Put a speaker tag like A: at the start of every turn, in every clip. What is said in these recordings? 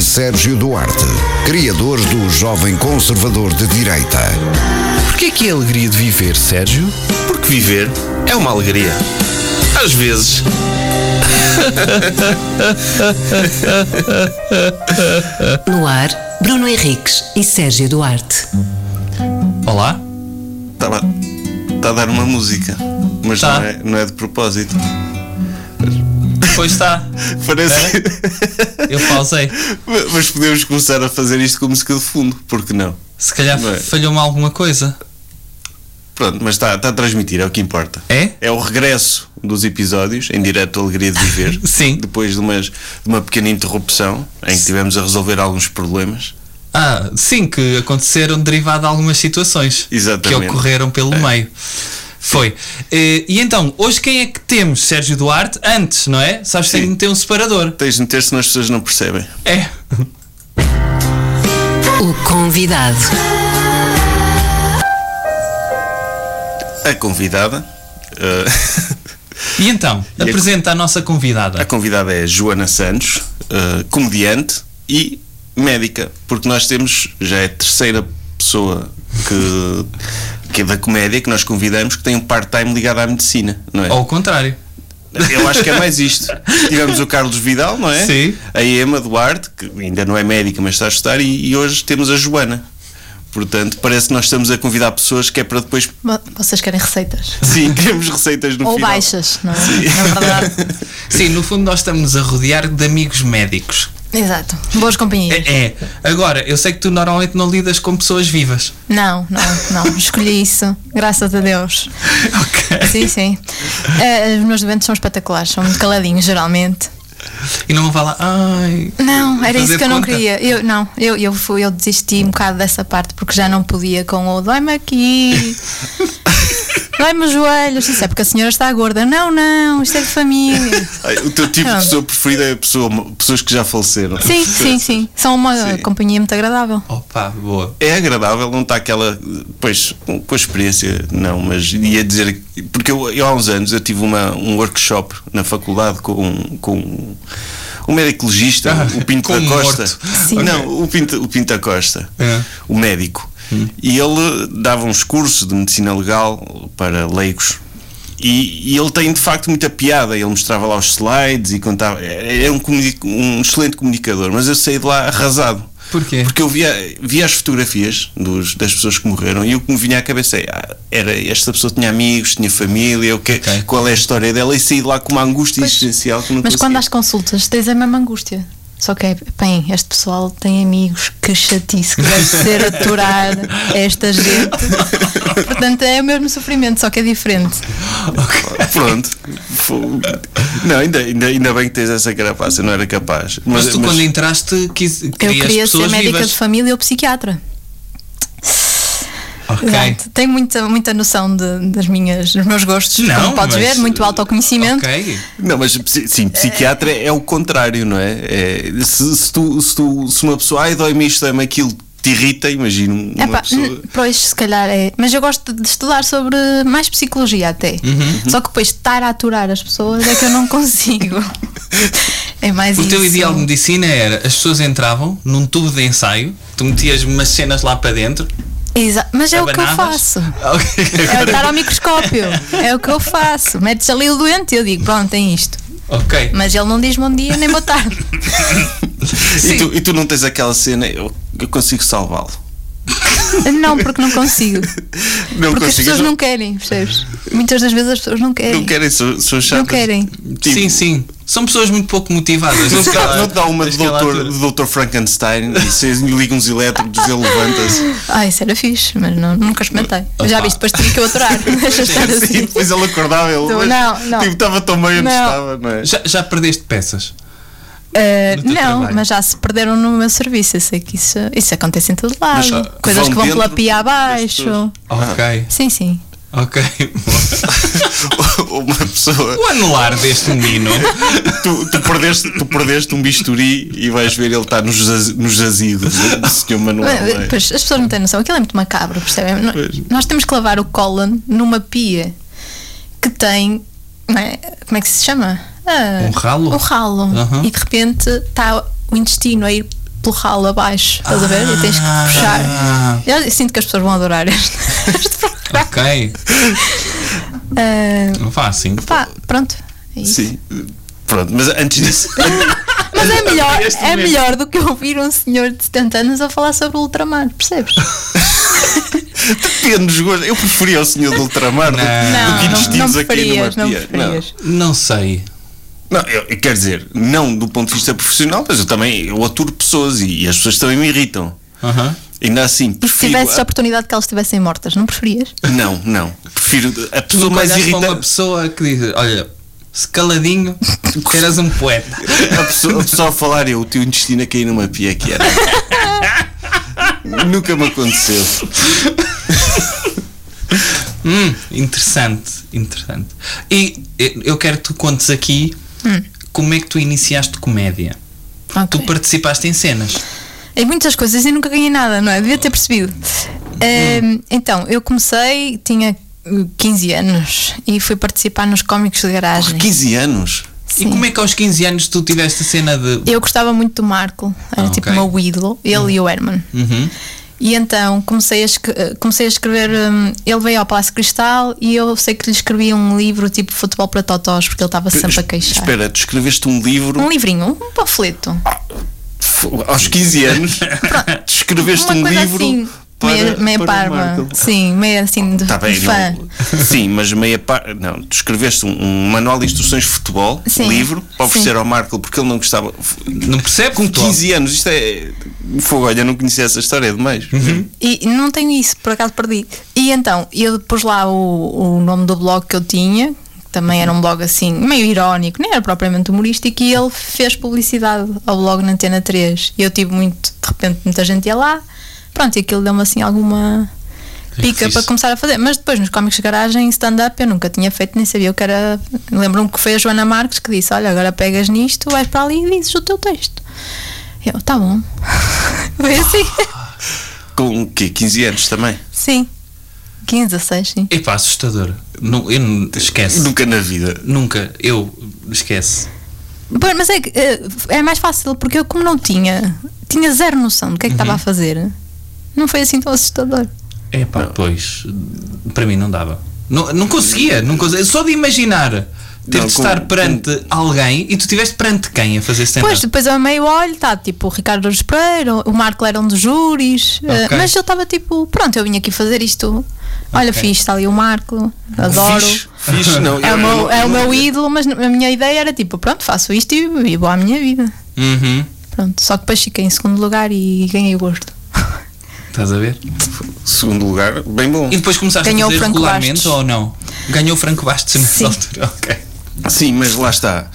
A: Sérgio Duarte, criador do Jovem Conservador de Direita.
B: Porquê que é a alegria de viver, Sérgio?
C: Porque viver é uma alegria. Às vezes.
D: No ar, Bruno Henriques e Sérgio Duarte.
B: Olá?
C: Estava tá a dar uma música, mas
B: Tá.
C: não, é, não é de propósito.
B: Pois está.
C: Parece.
B: Eu pausei.
C: mas podemos começar a fazer isto com música de fundo, porque não?
B: Se calhar
C: Não é?
B: falhou-me alguma coisa.
C: Pronto, mas está tá a transmitir, é o que importa.
B: É?
C: É o regresso dos episódios, em direto Alegria de Viver.
B: Sim.
C: Depois de, umas, de uma pequena interrupção, em que tivemos a resolver alguns problemas.
B: Ah, sim, que aconteceram derivado de algumas situações
C: Exatamente. É.
B: que ocorreram pelo meio. Foi. Eh, E então, hoje quem é que temos? Sérgio Duarte? Antes, não é? Sabes que
C: Sim.
B: tem de ter um separador.
C: Tens de meter, senão as pessoas não percebem.
B: É.
D: O convidado.
C: A convidada. eh,
B: E então,
C: a-
B: apresenta a nossa
C: a
B: convidada.
C: convidada é Joana Santos, eh, comediante e médica, porque nós temos, já é a terceira pessoa que, que é da comédia que nós convidamos que tem um part-time ligado à medicina, não é?
B: Ou ao contrário.
C: Eu acho que é mais isto. Tivemos o Carlos Vidal, não é?
B: Sim.
C: A Ema Duarte, que ainda não é médica, mas está a estudar, e, e hoje temos a Joana. Portanto, parece que nós estamos a convidar pessoas que é para depois.
E: Vo- Vocês querem receitas?
C: Sim, queremos receitas no
E: Ou
C: final.
E: baixas, não é? Na verdade.
B: Sim, no fundo nós estamos a rodear de amigos médicos.
E: Exato. Boas companhias.
B: É, é. Agora, eu sei que tu normalmente não lidas com pessoas vivas.
E: Não, não, não. Escolhi isso. Graças a Deus.
B: Ok.
E: Sim, sim. Eh, os meus doentes são espetaculares, são muito caladinhos, geralmente.
B: E não vão lá, ai.
E: Não, era
B: fazer
E: isso que eu não
B: conta.
E: queria. Eu, não, eu, eu, fui, eu desisti um bocado dessa parte porque já não podia com o dói-me aqui. Dói-me os joelhos. Isso é porque a senhora está gorda. Não, não, isto é de família.
C: Ai, O teu tipo de
E: Pronto.
C: pessoa preferida é pessoa- pessoas que já faleceram.
E: Sim, sim, sim. São uma
C: Sim.
E: companhia muito agradável.
B: Opa, boa.
C: É agradável, não está aquela. Pois, com a experiência, não, mas ia dizer. Porque eu, eu há uns anos eu tive uma, um workshop na faculdade com, com um médico legista,
B: Ah,
C: o Pinto
B: com
C: da
B: um
C: Costa.
B: morto.
E: Sim.
C: Não, o Pinto, o Pinto da Costa,
B: É. Hum.
C: o médico. E ele dava uns cursos de medicina legal para leigos. E, e ele tem de facto muita piada. Ele mostrava lá os slides e contava. Era um, comuni- um excelente comunicador, mas eu saí de lá arrasado.
B: Porquê?
C: Porque eu via, via as fotografias dos- das pessoas que morreram e o que me vinha à cabeça é, ah, era esta pessoa tinha amigos, tinha família, o que,
B: Ok.
C: qual é a história dela e saí de lá com uma angústia
E: Pois,
C: existencial que não
E: Mas quando
C: conseguia.
E: às consultas tens a mesma angústia. Só que é, bem, este pessoal tem amigos, que chatice que deve ser aturar esta gente. Portanto, é o mesmo sofrimento, só que é diferente.
C: Pronto. Fo- Não, ainda, ainda, ainda bem que tens essa carapaça, eu não era capaz.
B: Mas, tu quando entraste quis,
E: Eu
B: querias
E: queria ser
B: pessoas
E: médica
B: vivas.
E: de família ou psiquiatra.
B: Ok.
E: Exato. Tenho muita, muita noção de- das minhas, dos meus gostos,
B: Não,
E: como podes
B: mas- eh,
E: ver, muito autoconhecimento.
B: Ok.
C: Não, mas psi- sim, psiquiatra é o contrário, não é? É, se, se tu, se, tu, se uma pessoa, ai, dói-me isto, dói-me aquilo, te irrita, imagino uma
E: Epá,
C: pessoa.
E: n- pois, se calhar é. Mas eu gosto de estudar sobre mais psicologia até. Só que depois de estar a aturar as pessoas é que eu não consigo. é mais
B: O teu
E: isso.
B: ideal de medicina era as pessoas entravam num tubo de ensaio, tu metias umas cenas lá para dentro.
E: Exa- Mas é o que eu
B: abanadas.
E: faço.
B: Ok.
E: É estar ao microscópio. É o que eu faço. Metes ali o doente e eu digo, pronto, tem isto.
B: ok.
E: Mas ele não diz bom dia nem boa tarde.
C: E
B: Sim.
C: tu, e tu não tens aquela cena, eu, eu consigo salvá-lo.
E: Não, porque não consigo.
C: Não
E: Porque as
C: consigo,
E: pessoas
C: eu
E: não querem, percebes? Muitas das vezes as pessoas não
C: não,
E: querem.
C: não querem, sou, sou chato.
E: Não querem.
C: Tipo,
B: sim, sim. São pessoas muito pouco motivadas.
C: Não te dá,
B: Naquela-
C: não te dá uma de
B: naquela
C: doutor,
B: altura.
C: de doutor Frankenstein e se liga uns elétricos, ele levanta-se.
E: Ah, isso era fixe, mas não, nunca experimentei. Já viste, depois tive que eu aturar. Deixa estar
C: Sim, é.
E: assim.
C: depois ele acordava, ele.
E: Não,
C: mas,
E: não.
C: Tipo, estava tão meio onde
E: Não.
C: estava, não é?
B: Já, já perdeste peças.
E: Uh,
B: no teu
E: não,
B: trabalho.
E: mas já se perderam no meu serviço. Eu sei que isso, isso acontece em todo
C: Mas,
E: lado.
C: ah,
E: Coisas
C: vão
E: que vão
C: dentro
E: pela pia
C: das
E: abaixo.
C: pessoas.
B: Ok.
E: Sim, sim.
B: Ok.
C: uma pessoa.
B: o anular deste menino.
C: Tu, tu perdeste, tu perdeste um bisturi e vais ver ele está nos, jaz- nos jazidos do do senhor Manuel.
E: Mas,
C: não é?
E: pois, as pessoas não têm noção. Aquilo é muito macabro, percebem? No-
C: Pois.
E: Nós temos que lavar o cólon numa pia que tem. não é? Como é que se chama? Ah,
B: Um ralo?
E: Um ralo.
B: Aham.
E: E de repente está o intestino a ir pelo ralo abaixo, estás a ver? E tens que puxar.
B: Ah,
E: Eu sinto que as pessoas vão adorar este, este programa.
B: ok.
E: Ah,
B: Não faz assim.
E: pá, pronto. É isso.
C: Sim. Pronto, mas antes disso.
E: Mas é melhor,
C: Então, Este
E: é
C: momento.
E: melhor do que ouvir um senhor de 70 anos a falar sobre o ultramar, percebes?
C: Depende, gosto. Eu preferia o senhor do ultramar do, do que
E: não,
C: destinos
E: não
C: aqui numa
E: preferias, não
C: pia. Não.
E: preferias.
B: Não sei.
C: Não, eu, eu quero dizer, não do ponto de vista profissional, mas eu também eu aturo pessoas e, e as pessoas também me irritam.
B: Aham.
C: Ainda assim,
E: Se
C: prefiro.
B: é.
E: tivesses
C: a-
E: a oportunidade que elas estivessem mortas, não preferias?
C: Não, não. Prefiro a pessoa
B: Nunca
C: mais
B: olhaste para uma
C: irritante.
B: pessoa que diz: Olha, se caladinho, eras um poeta.
C: A pessoa, a pessoa a falar eu, o teu intestino a cair numa pia que era. Nunca me aconteceu.
B: Hum, interessante, interessante. E eh, eu quero que tu contes aqui como é que tu iniciaste comédia. Tu
E: Hum. Ok.
B: participaste em cenas.
E: Em muitas coisas e nunca ganhei nada, não é? Devia ter percebido.
B: Hum.
E: Ahm, então, eu comecei, tinha uh, 15 anos e fui participar nos cómicos de
C: Há
E: garagem.
C: 15 anos.
B: E
E: Sim.
B: como é que aos 15 anos tu tiveste a cena de.
E: Eu gostava muito do Marco, era
B: Ah,
E: tipo
B: ok. Hum.
E: o meu ídolo, ele e o Herman.
B: Uhum.
E: E então comecei a, escre- eh, comecei a escrever. hum, ele veio ao Palácio Cristal e eu sei que lhe escrevi um livro tipo futebol para totós, porque ele estava sempre a queixar.
C: Espera, tu escreveste um livro
E: Um livrinho, um panfleto.
C: f- aos 15 anos. Tu escreveste
E: Uma
C: um
E: coisa
C: livro.
E: assim,
C: para,
E: meia, meia
C: para o
E: parva.
C: Marco.
E: Sim, meia assim de,
C: Tá bem,
E: de fã.
C: não, sim, mas meia parte. Não, tu escreveste um, um manual de instruções de futebol,
E: Sim,
C: livro, para oferecer
E: sim.
C: ao Marco, porque ele não gostava.
B: Não percebe?
C: Com
B: futebol?
C: 15 anos, isto é. Fogo, olha, não conhecia essa história, é demais.
E: E não tenho isso, por acaso perdi. E então, eu pus lá o, o nome do blog que eu tinha, que também era um blog assim, meio irónico, nem era propriamente humorístico, e ele fez publicidade ao blog na Antena 3. E eu tive muito, de repente, muita gente ia lá, pronto, e aquilo deu-me assim alguma
B: Que
E: pica
B: fixe.
E: para começar a fazer. Mas depois, nos cómics de garagem, stand-up, eu nunca tinha feito, nem sabia o que era. Lembro-me que foi a Joana Marques que disse: Olha, agora pegas nisto, vais para ali e dizes o teu texto. Eu, tá bom. Foi assim.
C: Com o quê? 15 anos também?
E: Sim. 15, 16, sim.
B: Epá, assustador. Não, eu não- esquece.
C: Nunca na vida.
B: Nunca. Eu esquece.
E: Pois, mas é que eh, é mais fácil porque eu, como não tinha, tinha zero noção do que é que estava a fazer, não foi assim tão assustador.
B: Epá, pois. Para mim não dava. Não, não conseguia, não conseguia. Só de imaginar ter
C: Não,
B: de
C: com-
B: estar perante alguém e tu estiveste perante quem a fazer stand-up?
E: Depois, depois ao meio olho, está tipo o Ricardo Douros Pereira, o Marco era um dos júris, eh,
B: Ok.
E: mas eu estava tipo, pronto, eu vim aqui fazer isto. Olha,
B: Ok.
E: fixe, está ali o Marco, adoro.
C: Fixe, fixe, não.
E: É
C: eu-
E: o, meu,
C: eu-
E: é o meu
C: eu-
E: ídolo, mas a minha ideia era tipo, pronto, faço isto e vivo a minha vida.
B: Uhum.
E: Pronto, só que depois fiquei em segundo lugar e ganhei gosto.
B: Estás a ver?
C: Segundo lugar, bem bom.
B: E depois começaste
E: Ganhou
B: a fazer
E: o Franco
B: regularmente
E: Bastos.
B: ou não? Ganhou o Franco Bastos nessa
E: Sim.
B: altura. Ok.
C: Sim, mas lá está.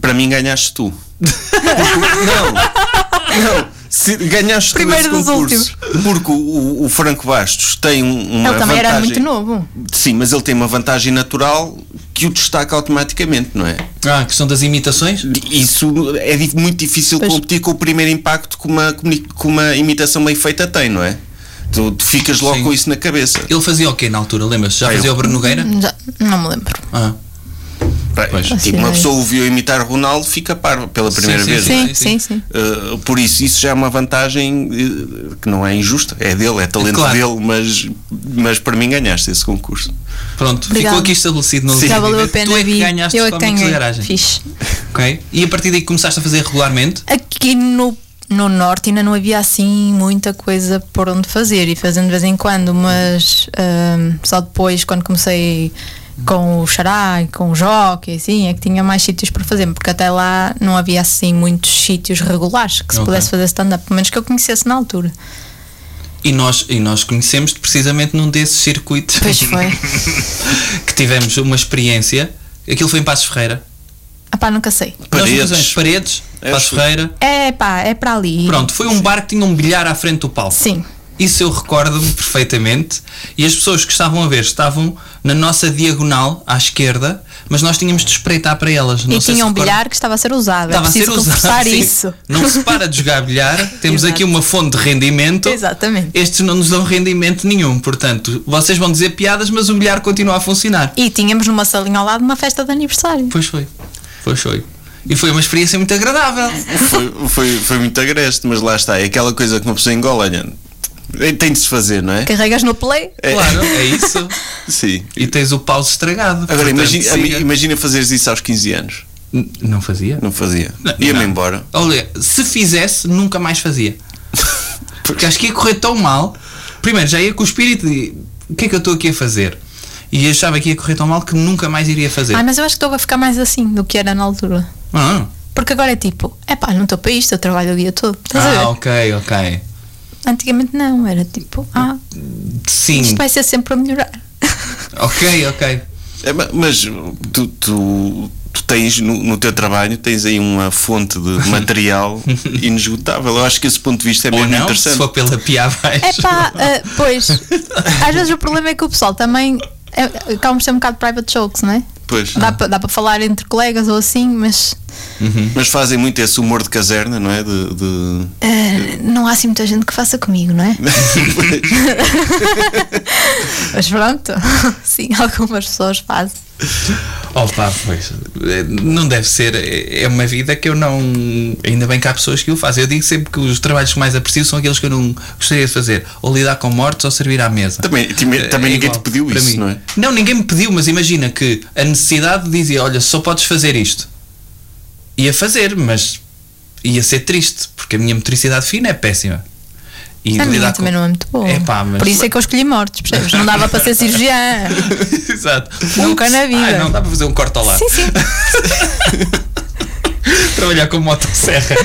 C: Para mim ganhaste tu. Porque- não, não. Se ganhaste
E: Primeiro
C: tu esse
E: dos
C: concurso. Porque o, o- o Franco Bastos tem um- uma
E: Ele
C: vantagem.
E: também era muito novo.
C: Sim, mas ele tem uma vantagem natural que o destaca automaticamente, não é?
B: Ah, a questão das imitações?
C: Isso é di- muito difícil
E: Pois.
C: competir com o primeiro impacto que uma, comuni- que uma imitação bem feita tem, não é? Tu, tu ficas logo
B: Sim.
C: com isso na cabeça.
B: Ele fazia o quê na altura? Lembras? Já
C: Ah, eu-
B: fazia o Bruno Nogueira?
E: Hum, Já, não me lembro.
B: Ah.
C: Bem,
B: Pois.
C: tipo,
E: Sim,
C: uma
E: é
C: pessoa ouviu imitar Ronaldo fica parva pela primeira
B: sim,
C: vez. não é?
E: Sim,
B: Sim, sim.
E: sim, sim.
C: Uh, por isso, isso já é uma vantagem uh, que não é injusta, é dele, é talento
B: Claro.
C: dele, mas, mas para mim ganhaste esse concurso.
B: Pronto,
E: Obrigada.
B: ficou aqui estabelecido no
E: Já valeu a pena
B: Tu é que
E: vi.
B: ganhaste
E: Eu é
B: os
E: que
B: cómicos de
E: ganhei.
B: garagem.
E: Fixe.
B: Ok? E a partir daí começaste a fazer regularmente?
E: Aqui no, no norte ainda não havia assim muita coisa por onde fazer e fazendo de vez em quando, mas ahm, só depois quando comecei com o Xará e com o Joque e assim é que tinha mais sítios para fazer, porque até lá não havia assim muitos sítios regulares que se
B: Ok.
E: pudesse fazer stand-up, pelo menos que eu conhecesse na altura.
B: E nós, e nós conhecemos-te precisamente num desses circuitos
E: Pois foi.
B: que tivemos uma experiência. Aquilo foi em Passos Ferreira.
E: ah pá, nunca sei.
B: Nós
C: Paredes.
B: fizemos paredes,
C: É,
B: Passos
C: sim.
B: Ferreira.
E: É pá, é para ali.
B: Pronto, foi um bar que tinha um bilhar à frente do palco.
E: Sim.
B: Isso eu recordo-me perfeitamente. E as pessoas que estavam a ver estavam na nossa diagonal à esquerda, mas nós tínhamos de espreitar para elas. Não
E: e
B: sei se
E: tinha um
B: recordo.
E: bilhar que estava a ser usado.
B: Estava
E: é
B: a ser
E: preciso
B: usado.
E: conversar
B: sim.
E: isso.
B: Não se para de jogar bilhar. Temos
E: Exato.
B: aqui uma fonte de rendimento.
E: Exatamente.
B: Estes não nos dão rendimento nenhum. Portanto, vocês vão dizer piadas, mas o bilhar continua a funcionar.
E: E tínhamos numa salinha ao lado uma festa de aniversário.
B: Pois foi. Pois foi. E foi uma experiência muito agradável.
C: Foi, foi, foi muito agreste, mas lá está. É aquela coisa que uma pessoa engola, olha. Tem de se fazer, não é?
E: Carregas no play?
C: É.
B: Claro, é isso.
C: Sim.
B: E tens o pause estragado.
C: Agora,
B: portanto,
C: imagina,
B: siga.
C: imagina fazeres isso aos 15 anos.
B: N- Não fazia?
C: Não fazia.
B: Não,
C: Ia-me
B: não.
C: embora.
B: Olha, se fizesse, nunca mais fazia. Porque acho que ia correr tão mal. Primeiro, já ia com o espírito de o que é que eu estou aqui a fazer? E achava que ia correr tão mal que nunca mais iria fazer.
E: Ah, mas eu acho que estou a ficar mais assim do que era na altura.
B: Ah,
E: Porque agora é tipo, é pá, não estou para isto, eu trabalho o dia todo. Estás a ver?
B: ah, ok, ok.
E: Antigamente não, era tipo, ah,
B: Sim,
E: isto vai ser sempre a melhorar.
B: ok, ok.
C: É, ma- mas tu, tu, tu tens no, no teu trabalho tens aí uma fonte de material inesgotável. Eu acho que esse ponto de vista é
B: Ou
C: mesmo
B: não, se
C: interessante.
B: for pela pia abaixo.
E: É pá, ah, pois, às vezes o problema é que o pessoal também. é- Acabamos de ser um bocado private jokes, não é?
C: Pois.
B: Ah.
E: Dá para falar entre colegas ou assim, mas
B: Uhum.
C: Mas fazem muito esse humor de caserna, não é? De, de-
E: ah, não há assim muita gente que faça comigo, não é? Mas pronto, sim, algumas pessoas fazem.
B: Opa, pois. é, Não deve ser. É é uma vida que eu não. Ainda bem que há pessoas que o fazem. Eu digo sempre que os trabalhos que mais aprecio são aqueles que eu não gostaria de fazer. Ou lidar com mortos ou servir à mesa.
C: Também- time-
B: É-
C: também
B: é
C: ninguém
B: igual
C: te pediu
B: para
C: isso, não é?
B: Não, ninguém me pediu, mas imagina que a necessidade dizia: olha, só podes fazer isto. Ia fazer, mas ia ser triste, porque a minha motricidade fina é péssima. E
E: A minha
B: lidar
E: também
B: com-
E: não é muito boa.
B: Epá, mas-
E: Por isso é que eu escolhi mortos, percebes? Não dava para ser cirurgiã.
B: Exato.
E: Nunca na vida.
B: Ai, não dá para fazer um corte ao lado.
E: Sim, sim.
B: Trabalhar com motosserra.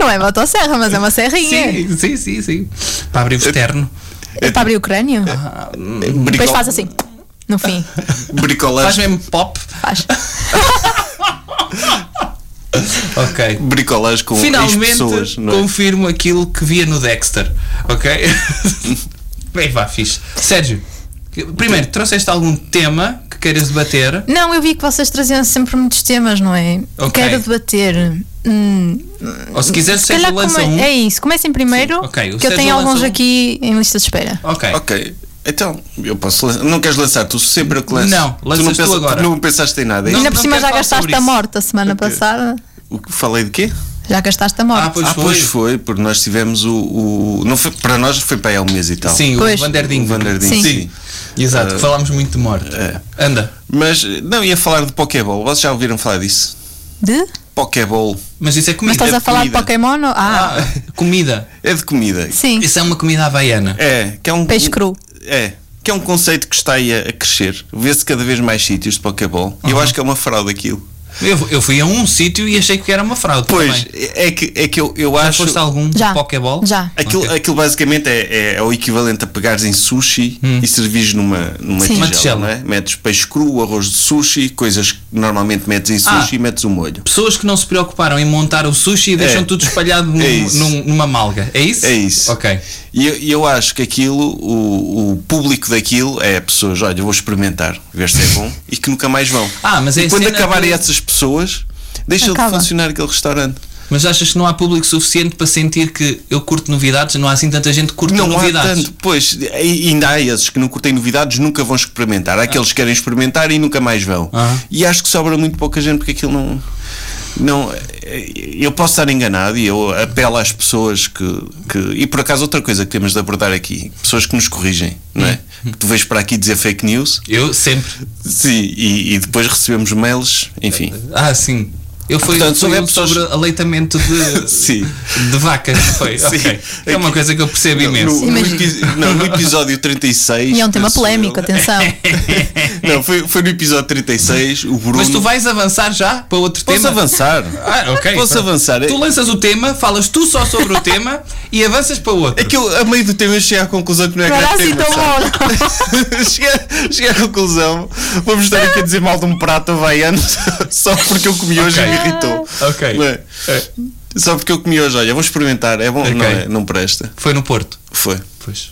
E: Não é motosserra, mas é uma serrinha.
B: Sim, sim, sim, sim. Para abrir o externo.
E: É para abrir o crânio?
B: Ah.
E: Depois
C: bricol-
E: faz assim. No fim,
B: Faz
C: bricolagem,
B: mesmo pop.
E: faz.
B: Ok.
C: bricolagem com
B: Finalmente
C: pessoas, não é?
B: confirmo aquilo que via no Dexter. Ok? Bem, vá, fixe. Sérgio, primeiro, trouxeste algum tema que queiras debater?
E: Não, eu vi que vocês traziam sempre muitos temas, não é?
B: Ok.
E: Quero debater. Hum,
B: Ou se quiseres,
E: se
B: Sérgio
E: calhar
B: lança
E: come-
B: um.
E: É isso, comecem primeiro,
B: Sim, ok, o
E: que eu
B: Sérgio
E: tenho
B: lança
E: alguns
B: um.
E: aqui em lista de espera.
B: Ok.
C: Ok. Então, eu posso lançar. Não queres lançar? Tu sempre é que lanças.
B: Não, lanças
C: não
B: tu
C: pensa-
B: agora.
C: Não pensaste em nada. é
B: Não,
E: Ainda
C: isso?
E: por cima
B: quero
E: já
B: falar sobre
E: gastaste a
B: isso.
E: morte a semana
C: Ok.
E: passada.
C: O que falei de quê?
E: Já gastaste a
B: Ah,
E: morte.
B: pois
C: ah,
B: foi.
C: pois foi, porque nós tivemos o. o- não foi, para nós foi para aí há um mês e tal.
B: Sim,
E: Pois.
B: o Vanderding.
C: O Van der Ding,
E: Sim.
C: sim.
B: Exato,
C: Ah.
B: falámos muito de morte.
C: É.
B: Anda,
C: Mas não ia falar de Pokéball. Vocês já ouviram falar disso?
E: De?
C: Pokéball
B: mas isso é
E: Mas
B: comida.
E: estás a falar de
C: comida.
E: Pokémon? ou- Ah,
B: Ah, comida.
C: é de comida.
E: sim.
B: Isso é uma comida havaiana.
C: É, que é um
E: Peixe cru.
C: É, que é um conceito que está aí a, a crescer. Vê-se cada vez mais sítios de Pokéball.
B: Uhum.
C: E Eu acho que é uma fraude aquilo.
B: Eu, eu fui a um sítio e achei que era uma fraude.
C: Pois,
B: também.
C: é que, é que eu, eu
B: Já
C: acho.
B: foste a algum
E: Já.
B: Pokéball?
E: Já.
C: Aquilo,
B: Ok.
C: aquilo basicamente é, é- é o equivalente a pegares em sushi e servires numa, numa
E: Sim.
C: tigela,
B: Hum. Uma tigela.
C: não é? Metes peixe cru, arroz de sushi, coisas que normalmente metes em
B: Ah.
C: sushi e metes o molho.
B: Pessoas que não se preocuparam em montar o sushi e deixam tudo espalhado num-
C: É. isso.
B: num- numa malga. É isso?
C: É isso.
B: Ok.
C: E eu, e eu acho que aquilo, o, o público daquilo é pessoas, olha, eu vou experimentar, ver se é bom, e que nunca mais vão.
B: Ah, mas
C: e
B: é a
C: quando
B: cena
C: acabarem
B: do-
C: essas pessoas, deixa de
E: Acaba.
C: funcionar aquele restaurante.
B: Mas achas que não há público suficiente para sentir que eu curto novidades? Não há assim tanta gente que curta
C: Não há
B: novidades?
C: tanto, pois, e- ainda há esses que não curtem novidades, nunca vão experimentar. Há aqueles que querem experimentar e nunca mais vão.
B: Ah.
C: E acho que sobra muito pouca gente porque aquilo não. não eu posso estar enganado e eu apelo às pessoas que, que. E por acaso, outra coisa que temos de abordar aqui: pessoas que nos corrigem, não é?
B: Uhum.
C: Que tu vês para aqui dizer fake news,
B: Eu sempre.
C: sim, e, e depois recebemos mails, enfim.
B: Ah, sim. Eu fui,
C: Portanto,
B: fui
C: são
B: um
C: pessoas-
B: sobre aleitamento de,
C: Sim.
B: de vacas. Foi. ok. É uma coisa que eu percebo imenso.
C: No, no
E: Imagino.
C: epi- não, no episódio 36.
E: E é um tema
C: penso eu-
E: polémico, atenção.
C: Não, foi, foi no episódio 36. O Bruno.
B: Mas tu vais avançar já para outro
C: Posso
B: tema?
C: avançar?
B: Ah, ok.
C: Posso
B: pronto.
C: avançar?
B: Tu lanças o tema, falas tu só sobre o tema e avanças para outro.
C: É que eu, a meio do tema, eu cheguei à conclusão que não é
E: Não era
C: grande
E: assim
C: tema.
E: tão bom.
C: sabe? cheguei, cheguei à conclusão, vamos estar aqui a dizer mal de um prato havaiano só porque eu comi hoje
B: Ok.
C: e me irritou.
B: Ok.
C: Não é?
B: É,
C: Só porque eu comi hoje, olha, vou experimentar, é bom,
B: Ok.
C: não, é? não presta.
B: Foi no Porto.
C: Foi.
B: Pois.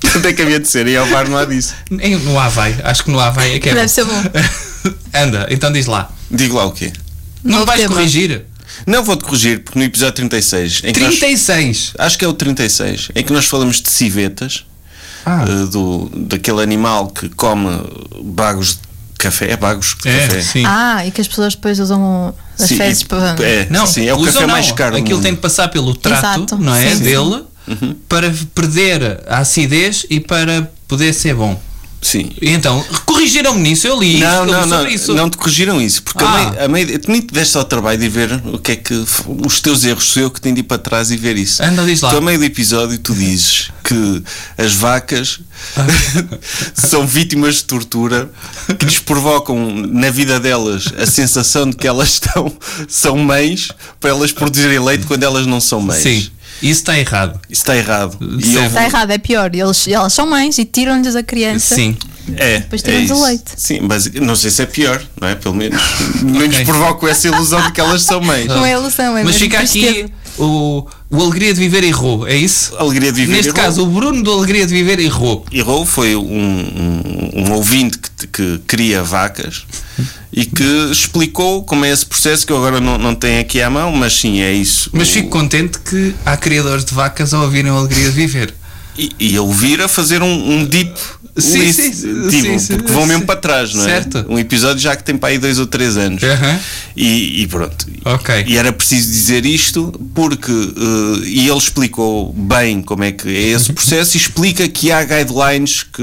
C: Tanto é que havia de ser, e ao bar não há disso.
B: Nem no Havaí. Acho que no Havaí é que é
E: Deve ser bom.
B: Anda, então diz lá.
C: Digo lá o quê?
B: Não
E: Novo
B: vais
E: tema.
B: corrigir?
C: Não vou-te corrigir, porque no episódio 36, em que nós-
B: 36.
C: acho que é o 36, em que nós falamos de civetas,
B: Ah.
C: eh, do, daquele animal que come bagos de Café é bagos.
B: É,
C: café.
B: sim.
E: Ah, e que as pessoas depois usam as
C: Sim,
E: fezes
C: e-
E: para.
C: é,
B: Não,
C: sim, é o
B: usa
C: café
B: ou não.
C: mais caro. do
B: Aquilo
C: mundo. Uhum.
B: tem de passar pelo trato,
E: Exato.
B: não é?
E: Sim, sim.
B: Dele para perder a acidez e para poder ser bom.
C: Sim.
B: E então, corrigiram-me nisso, eu li isso,
C: Não,
B: eu li
C: não, não,
B: sobre isso.
C: não te corrigiram isso, porque
B: Ah.
C: a meio, a meio, tu nem te deste ao trabalho de ver o que é que f- os teus erros, sou eu que tenho de ir para trás e ver isso.
B: Anda, diz lá.
C: Tu, a meio do episódio, tu dizes que as vacas são vítimas de tortura que lhes provocam na vida delas a sensação de que elas estão, são mães para elas produzirem leite quando elas não são mães.
B: Sim, isso está errado.
C: Isso está errado. E eu
B: Certo.
C: vou-
E: Está errado, é pior. Eles, elas são mães e tiram-lhes a criança.
B: Sim.
C: É.
E: Depois
C: é
E: tiramos o
C: isso.
E: leite.
C: Sim, mas não sei se é pior, não é? Pelo menos. Não lhes provoco essa ilusão de que elas são mães.
B: Ah.
E: Não é ilusão, é
B: Mas
E: mesmo
B: fica
E: tristeza.
B: aqui o, o Alegria de Viver errou, é isso?
C: Alegria de viver.
B: Neste
C: errou.
B: caso, o Bruno do Alegria de Viver errou.
C: Errou foi um, um- um ouvinte que, que cria vacas e que explicou como é esse processo que eu agora não, não tenho aqui à mão, mas sim, é isso.
B: Mas
C: O-
B: fico contente que há criadores de vacas a ouvirem o Alegria de Viver.
C: E, e eu vir a fazer um, um deep.
B: Sim,
C: list,
B: sim, sim,
C: tipo,
B: sim, sim,
C: porque vão
B: sim.
C: mesmo para trás, não é?
B: Certo.
C: Um episódio já que tem para aí dois ou três anos.
B: Aham.
C: E, e pronto.
B: Ok.
C: E era preciso dizer isto porque. eh, e ele explicou bem como é que é esse processo e explica que há guidelines que,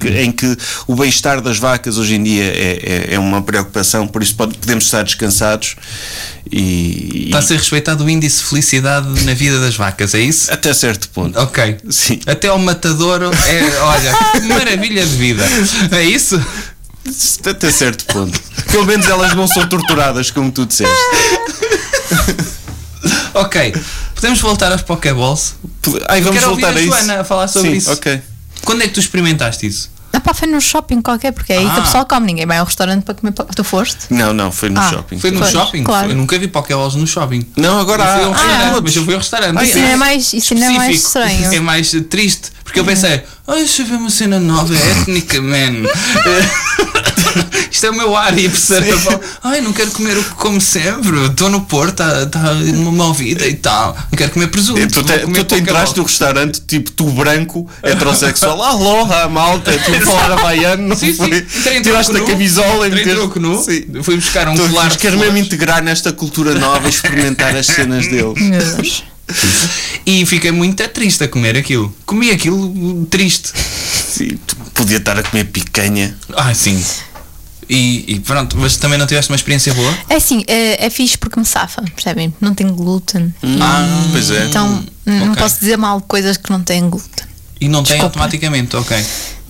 C: que- em que o bem-estar das vacas hoje em dia é, é- é uma preocupação, por isso pode- podemos estar descansados e.
B: Está a
C: e
B: ser respeitado o índice de felicidade na vida das vacas, é isso?
C: até certo ponto.
B: Ok.
C: Sim.
B: Até ao matadouro é, olha, que maravilha de vida. É isso?
C: Até certo ponto. Pelo menos elas não são torturadas, como tu disseste.
B: Ok. Podemos voltar aos Pokéballs?
C: Ai, vamos
B: Quero
C: voltar
B: ouvir a
C: a isso.
B: Joana a falar sobre
C: Sim,
B: isso.
C: Ok.
B: Quando é que tu experimentaste isso?
E: Ah, pá, foi num shopping qualquer, porque é aí que
B: Ah.
E: o pessoal come. Ninguém vai ao restaurante para comer. po- Tu foste?
C: Não, não, foi no
E: Ah,
C: shopping.
B: Foi no
E: Pois,
B: shopping?
E: claro.
B: Eu nunca vi Pokéballs no shopping.
C: Não, agora
B: Eu fui
C: há.
B: a um
C: há
B: restaurante,
C: outros.
B: mas eu fui a um restaurante.
E: Isso ainda Ah, é mais- isso ainda é mais
B: Específico.
E: estranho.
B: É mais triste, porque eu pensei, ah, deixa eu ver uma cena nova, é étnica, man. Eh, Isto é o meu ar e percebo. Ai, não quero comer o que como sempre. Estou no Porto, está tá uma malvida e tal. Não quero comer presunto.
C: Tipo, É, Tu,
B: vou
C: te,
B: comer
C: tu te entraste
B: Pokéball.
C: no restaurante, tipo, tu branco, heterossexual, Ah, aloha, malta, tu falar havaiano, não
B: Sim, sim.
C: foi?
B: Entrei em
C: Tiraste
B: troco
C: a
B: nu, entrei
C: camisola,
B: em
C: meteste-
B: troco nu,
C: Sim.
B: fui buscar um
C: Tu
B: colar de
C: queres mesmo
B: flores.
C: integrar nesta cultura nova e experimentar as cenas deles.
E: Meu Deus.
B: E fiquei muito triste a comer aquilo. Comi aquilo triste.
C: Sim, tu podia estar a comer picanha.
B: Ah, sim. E, e pronto, mas também não tiveste uma experiência boa?
E: É assim, é, é fixe porque me safa, percebem? Não tem glúten.
B: Ah,
C: Pois é.
E: Então não
B: hum, ok.
E: posso dizer mal de coisas que não têm glúten.
B: E não tem
E: Desculpa.
B: automaticamente, ok.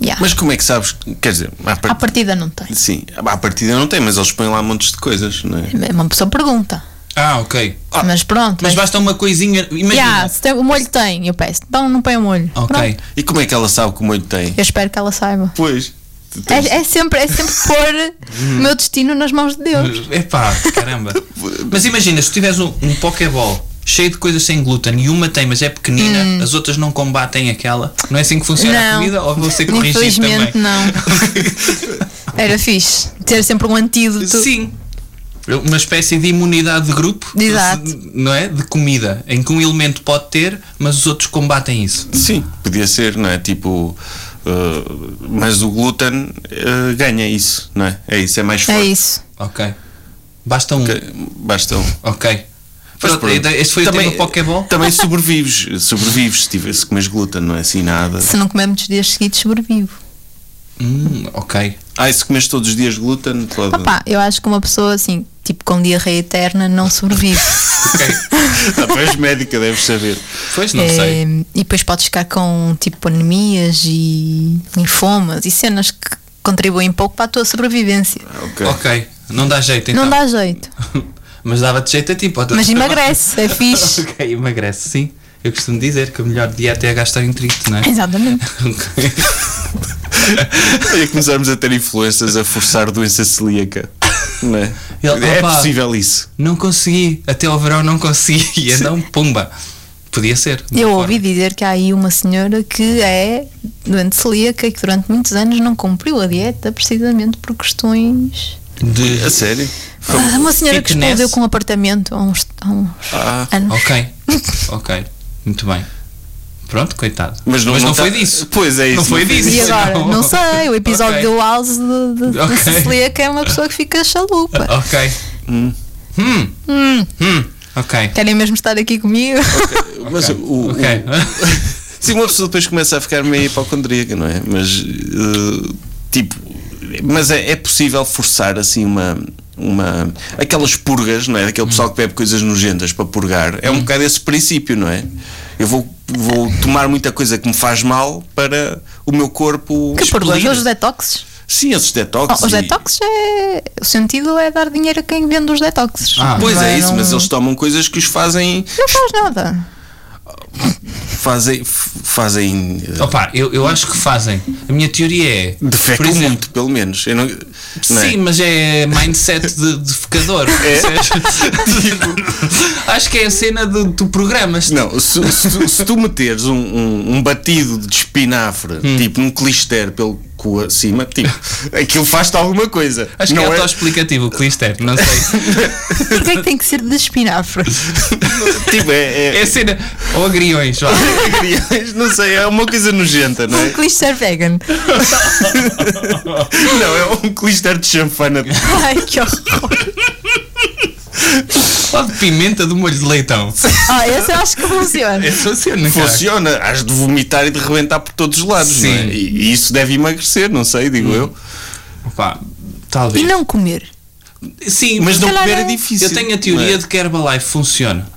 E: Yeah.
C: Mas como é que sabes? que- Quer dizer, à
E: à
B: Ah,
C: part-
E: partida não tem.
C: Sim, à partida não tem, mas eles põem lá montes de coisas, não é?
E: Uma pessoa pergunta.
B: Ah, ok.
E: mas pronto.
B: Mas
E: é-
B: basta uma coisinha. Imagina.
E: Yeah, se tem- o molho tem, eu peço. Então não põe o molho.
B: Ok.
E: Pronto.
C: E como é que ela sabe que o molho tem?
E: Eu espero que ela saiba.
C: Pois. tu tens-
E: É, é sempre, é sempre pôr o meu destino nas mãos de Deus.
B: Epá, caramba. mas imagina, se tiveres um, um Pokéball cheio de coisas sem glúten e uma tem, mas é pequenina, as outras não combatem aquela. Não é assim que funciona a
E: Hum. Não.
B: comida? Ou vou ser corrigido
E: Infelizmente
B: também?
E: não. Era fixe. Ter sempre um antídoto.
B: Sim. É Uma espécie de imunidade de grupo,
E: Exato.
B: de- não é? De comida, em que um elemento pode ter, mas os outros combatem isso.
C: Sim, podia ser, não é? Tipo. uh, mas o glúten uh, ganha isso, não é? É isso, é mais forte.
E: É isso.
B: Ok. Basta um.
C: Que- Basta um.
B: Ok.
C: Mas
B: Pronto,
C: pronto.
B: este foi o é tema Pokéball.
C: Também sobrevives, sobrevives se, tiver, se comes glúten, não é assim nada.
E: Se não comer muitos dias seguidos, sobrevivo.
B: Hum, ok.
C: Ah, e se comes todos os dias glúten, pode.
E: Opa, eu acho que uma pessoa assim, tipo com diarreia eterna, não sobrevive.
B: Ok.
C: Ah, tu és médica, deves saber.
B: Pois não
E: É,
B: sei.
E: E depois podes ficar com tipo anemias e linfomas e cenas que contribuem pouco para a tua sobrevivência.
C: Ok.
B: Ok. Não dá jeito então.
E: Não dá jeito.
B: Mas dava-te jeito a ti, pode
E: Mas emagrece, é fixe.
B: ok, emagrece, sim. Eu costumo dizer que o melhor dieta é gastar em trito, não é?
E: Exatamente.
B: Ok.
C: E começarmos a ter influências a forçar doença celíaca. Não é?
B: Ele-
C: é
B: opa.
C: possível isso.
B: Não consegui. Até ao verão não consegui. E então, pumba. Podia ser. de uma
E: Eu
B: forma.
E: ouvi dizer que há aí uma senhora que é doente celíaca e que durante muitos anos não cumpriu a dieta precisamente por questões.
C: A
B: De...
C: sério?
B: Então,
E: Ah, uma senhora que
B: fitness.
E: explodiu com um apartamento há uns, há uns
C: Ah,
E: anos.
B: Ok. Ok. Muito bem. Pronto, coitado. Mas não, não,
C: tá-
B: foi disso.
C: Pois é isso.
B: Não foi disso.
E: E agora?
B: senão-
E: Não sei, o episódio
B: Ok.
E: do House de, de, de
B: Ok.
E: Cecília, que é uma pessoa que fica chalupa.
B: Ok. Hum. Hum. Ok.
E: Querem mesmo estar aqui comigo?
C: Mas o- o-
B: Ok.
C: Sim, uma pessoa depois começa a ficar meio hipocondríaca, não é? Mas, eh, tipo, mas é, é possível forçar assim uma. Uma, aquelas purgas, não é? Aquele pessoal que bebe coisas nojentas para purgar, é um bocado esse princípio, não é? Eu vou, vou tomar muita coisa que me faz mal para o meu corpo.
E: Que
C: explodir.
E: problema? Os detoxes?
C: Sim, esses detox.
E: Oh, os
C: e-
E: detoxes é. O sentido é dar dinheiro a quem vende os detoxes.
B: Ah,
C: Pois
E: Não
C: é, isso,
E: não-
C: mas eles tomam coisas que os fazem.
E: Não faz nada.
C: fazem. f- fazem eh,
B: Opa, Então eu, eu acho que fazem. A minha teoria é. por
C: defecam
B: exemplo,
C: muito, pelo menos. Eu não- não é?
B: Sim, mas é mindset de, de fecador. percebes? Acho que é a cena do, do programas.
C: Não, se, se tu- se tu meteres um, um- um batido de espinafre,
B: Hum.
C: tipo num clister pelo cu acima, tipo, aquilo faz-te alguma coisa.
B: Acho que
C: não
B: é
C: é,
B: autoexplicativo, o Clister, não sei.
E: Porquê é que tem que ser de espinafre?
C: tipo, é,
B: É a
C: é,
B: cena. Ou agriões, vá.
C: não sei, é uma coisa nojenta, não
E: Um
C: é?
E: clister vegan.
C: Não, é um clister de chanfana.
E: Ai, que horror.
B: Ou de pimenta do molho de leitão.
E: Ah, esse eu acho que funciona.
B: É funciona, cara.
C: Funciona, has de vomitar e de rebentar por todos os lados, não é?
B: Sim. Hum.
C: E, e isso deve emagrecer, não sei, digo eu.
B: Opa,
E: E
B: talvez.
E: não comer.
B: Sim,
C: Mas não
E: calhar
C: comer
E: é-
C: é difícil.
B: Eu tenho a
C: não
B: teoria
C: é?
B: de que Herbalife funciona.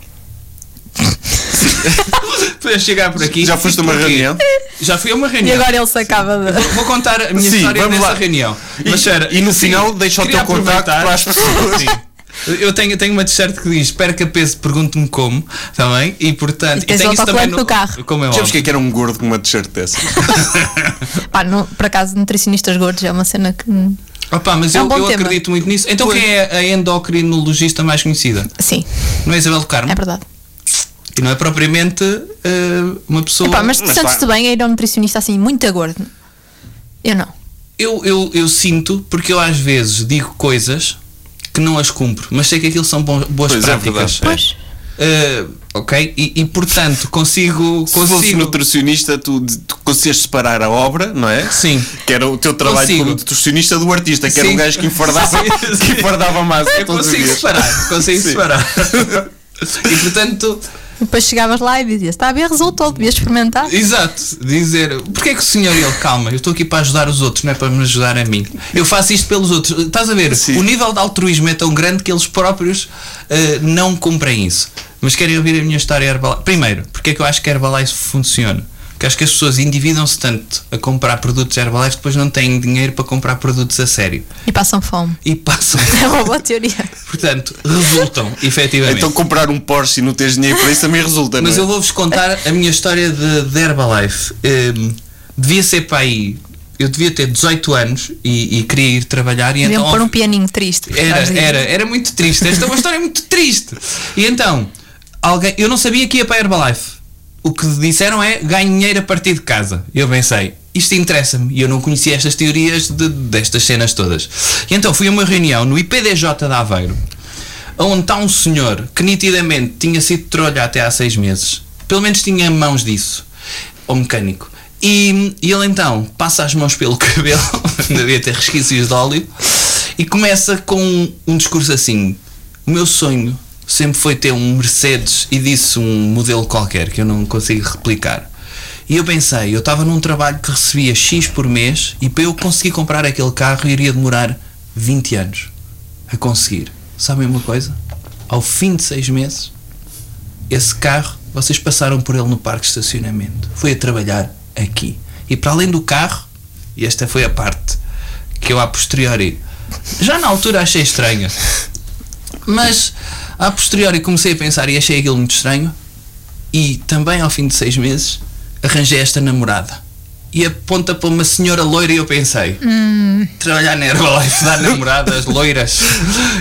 B: Podemos chegar por aqui.
C: Já foste a uma
B: Porquê?
C: reunião?
B: Já fui a uma
E: E
B: reunião.
E: agora ele se acaba de.
B: Vou contar a minha
C: Sim,
B: história
C: vamos
B: nessa
C: lá.
B: reunião.
C: E-
B: Mas, era-
C: e no
B: sim,
C: final deixa o
B: queria
C: teu contacto
B: aproveitar-
C: para as pessoas.
B: Sim. Eu tenho, tenho uma t-shirt que diz perca peso, pergunte-me como, está bem? E portanto,
E: E tens
B: tenho
E: o
B: isso também
E: autocolante no carro.
B: Como é
C: Sabes
B: óbvio.
C: o que é que era um gordo com uma t-shirt dessa?
E: Pá, não, por acaso, nutricionistas gordos é uma cena que.
B: Opa, mas
E: É um
B: eu,
E: bom
B: eu
E: tema.
B: acredito muito nisso. Então, quem é a endocrinologista mais conhecida?
E: Sim,
B: Não é Isabel do Carmo?
E: é verdade.
B: E não é propriamente eh, uma pessoa.
E: Epá, mas,
C: Mas
E: sentes-te
C: pá.
E: bem a ir a um nutricionista assim, muito gordo? Eu não.
B: eu, eu, eu sinto, porque eu às vezes digo coisas que não as cumpro, mas sei que aquilo são bons- boas
C: Pois é,
B: práticas.
C: verdade. É.
E: Pois.
B: Eh, ok? E, e, portanto, consigo.
C: Se fosse
B: consigo
C: nutricionista, tu, tu conseguias separar a obra, não é?
B: Sim.
C: Que era o teu trabalho
B: Consigo.
C: como nutricionista do artista, que era
B: Sim.
C: um gajo que enfardava,
B: Sim, sim.
C: que enfardava mais.
B: eu consigo separar, consigo
C: Sim.
B: separar. E portanto,
E: Depois chegavas lá e dizias: está a ver, resultou, devias experimentar.
B: exato, dizer porque é que o senhor ele calma, eu estou aqui para ajudar os outros, não é para me ajudar a mim. Eu faço isto pelos outros. Estás a ver?
C: Sim.
B: O nível de altruísmo é tão grande que eles próprios eh, não cumprem isso. Mas querem ouvir a minha história Herbalife? Primeiro, porque é que eu acho que Herbalife funciona? Porque acho que as pessoas endividam-se tanto a comprar produtos Herbalife depois não têm dinheiro para comprar produtos a sério.
E: E passam fome.
B: E passam.
E: É uma boa teoria.
B: Então, Portanto, resultam, efetivamente.
C: Então comprar um Porsche e não teres dinheiro para isso também resulta,
B: Mas
C: não é?
B: eu vou-vos contar a minha história de, de Herbalife. Hum, devia ser para aí. Eu devia ter 18 anos e, e queria ir trabalhar e
E: Deviam
B: então.
E: pôr um pianinho triste. por trás
B: era,
E: disso.
B: era, era muito triste. Esta é uma história muito triste. E então, alguém, eu não sabia que ia para a Herbalife. O que disseram é ganho dinheiro a partir de casa. E Eu pensei, isto interessa-me. E eu não conhecia estas teorias de- destas cenas todas. E então fui a uma reunião no IPDJ de Aveiro, onde está um senhor que nitidamente tinha sido trolha até há seis meses. Pelo menos tinha mãos disso, ao mecânico. E, e ele então passa as mãos pelo cabelo, devia ter resquícios de óleo, e começa com um, um discurso assim: O meu sonho sempre foi ter um Mercedes e disse um modelo qualquer que eu não consigo replicar. E eu pensei, eu estava num trabalho que recebia X por mês e para eu conseguir comprar aquele carro iria demorar 20 anos a conseguir. Sabem uma coisa? Ao fim de seis meses, esse carro, vocês passaram por ele no parque de estacionamento. Foi a trabalhar aqui. E para além do carro, e esta foi a parte que eu a posteriori, já na altura achei estranha, mas a posteriori comecei a pensar e achei aquilo muito estranho. E também ao fim de seis meses, arranjei esta namorada. E aponta para uma senhora loira e eu pensei, trabalhar na Herbalife, dar namoradas loiras.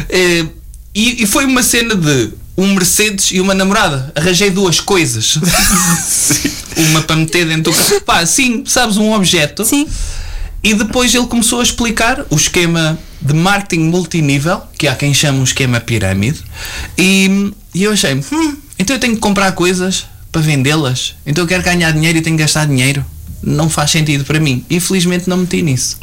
B: Eh, e, e foi uma cena de um Mercedes e uma namorada. Arranjei duas coisas. uma para meter dentro do carro. Pá, sim, sabes, um objeto.
E: Sim.
B: E depois ele começou a explicar o esquema de marketing multinível, que há quem chama um esquema pirâmide, e, e eu achei, hum, então eu tenho que comprar coisas para vendê-las. Então eu quero ganhar dinheiro e tenho que gastar dinheiro. Não faz sentido para mim. Infelizmente não meti nisso.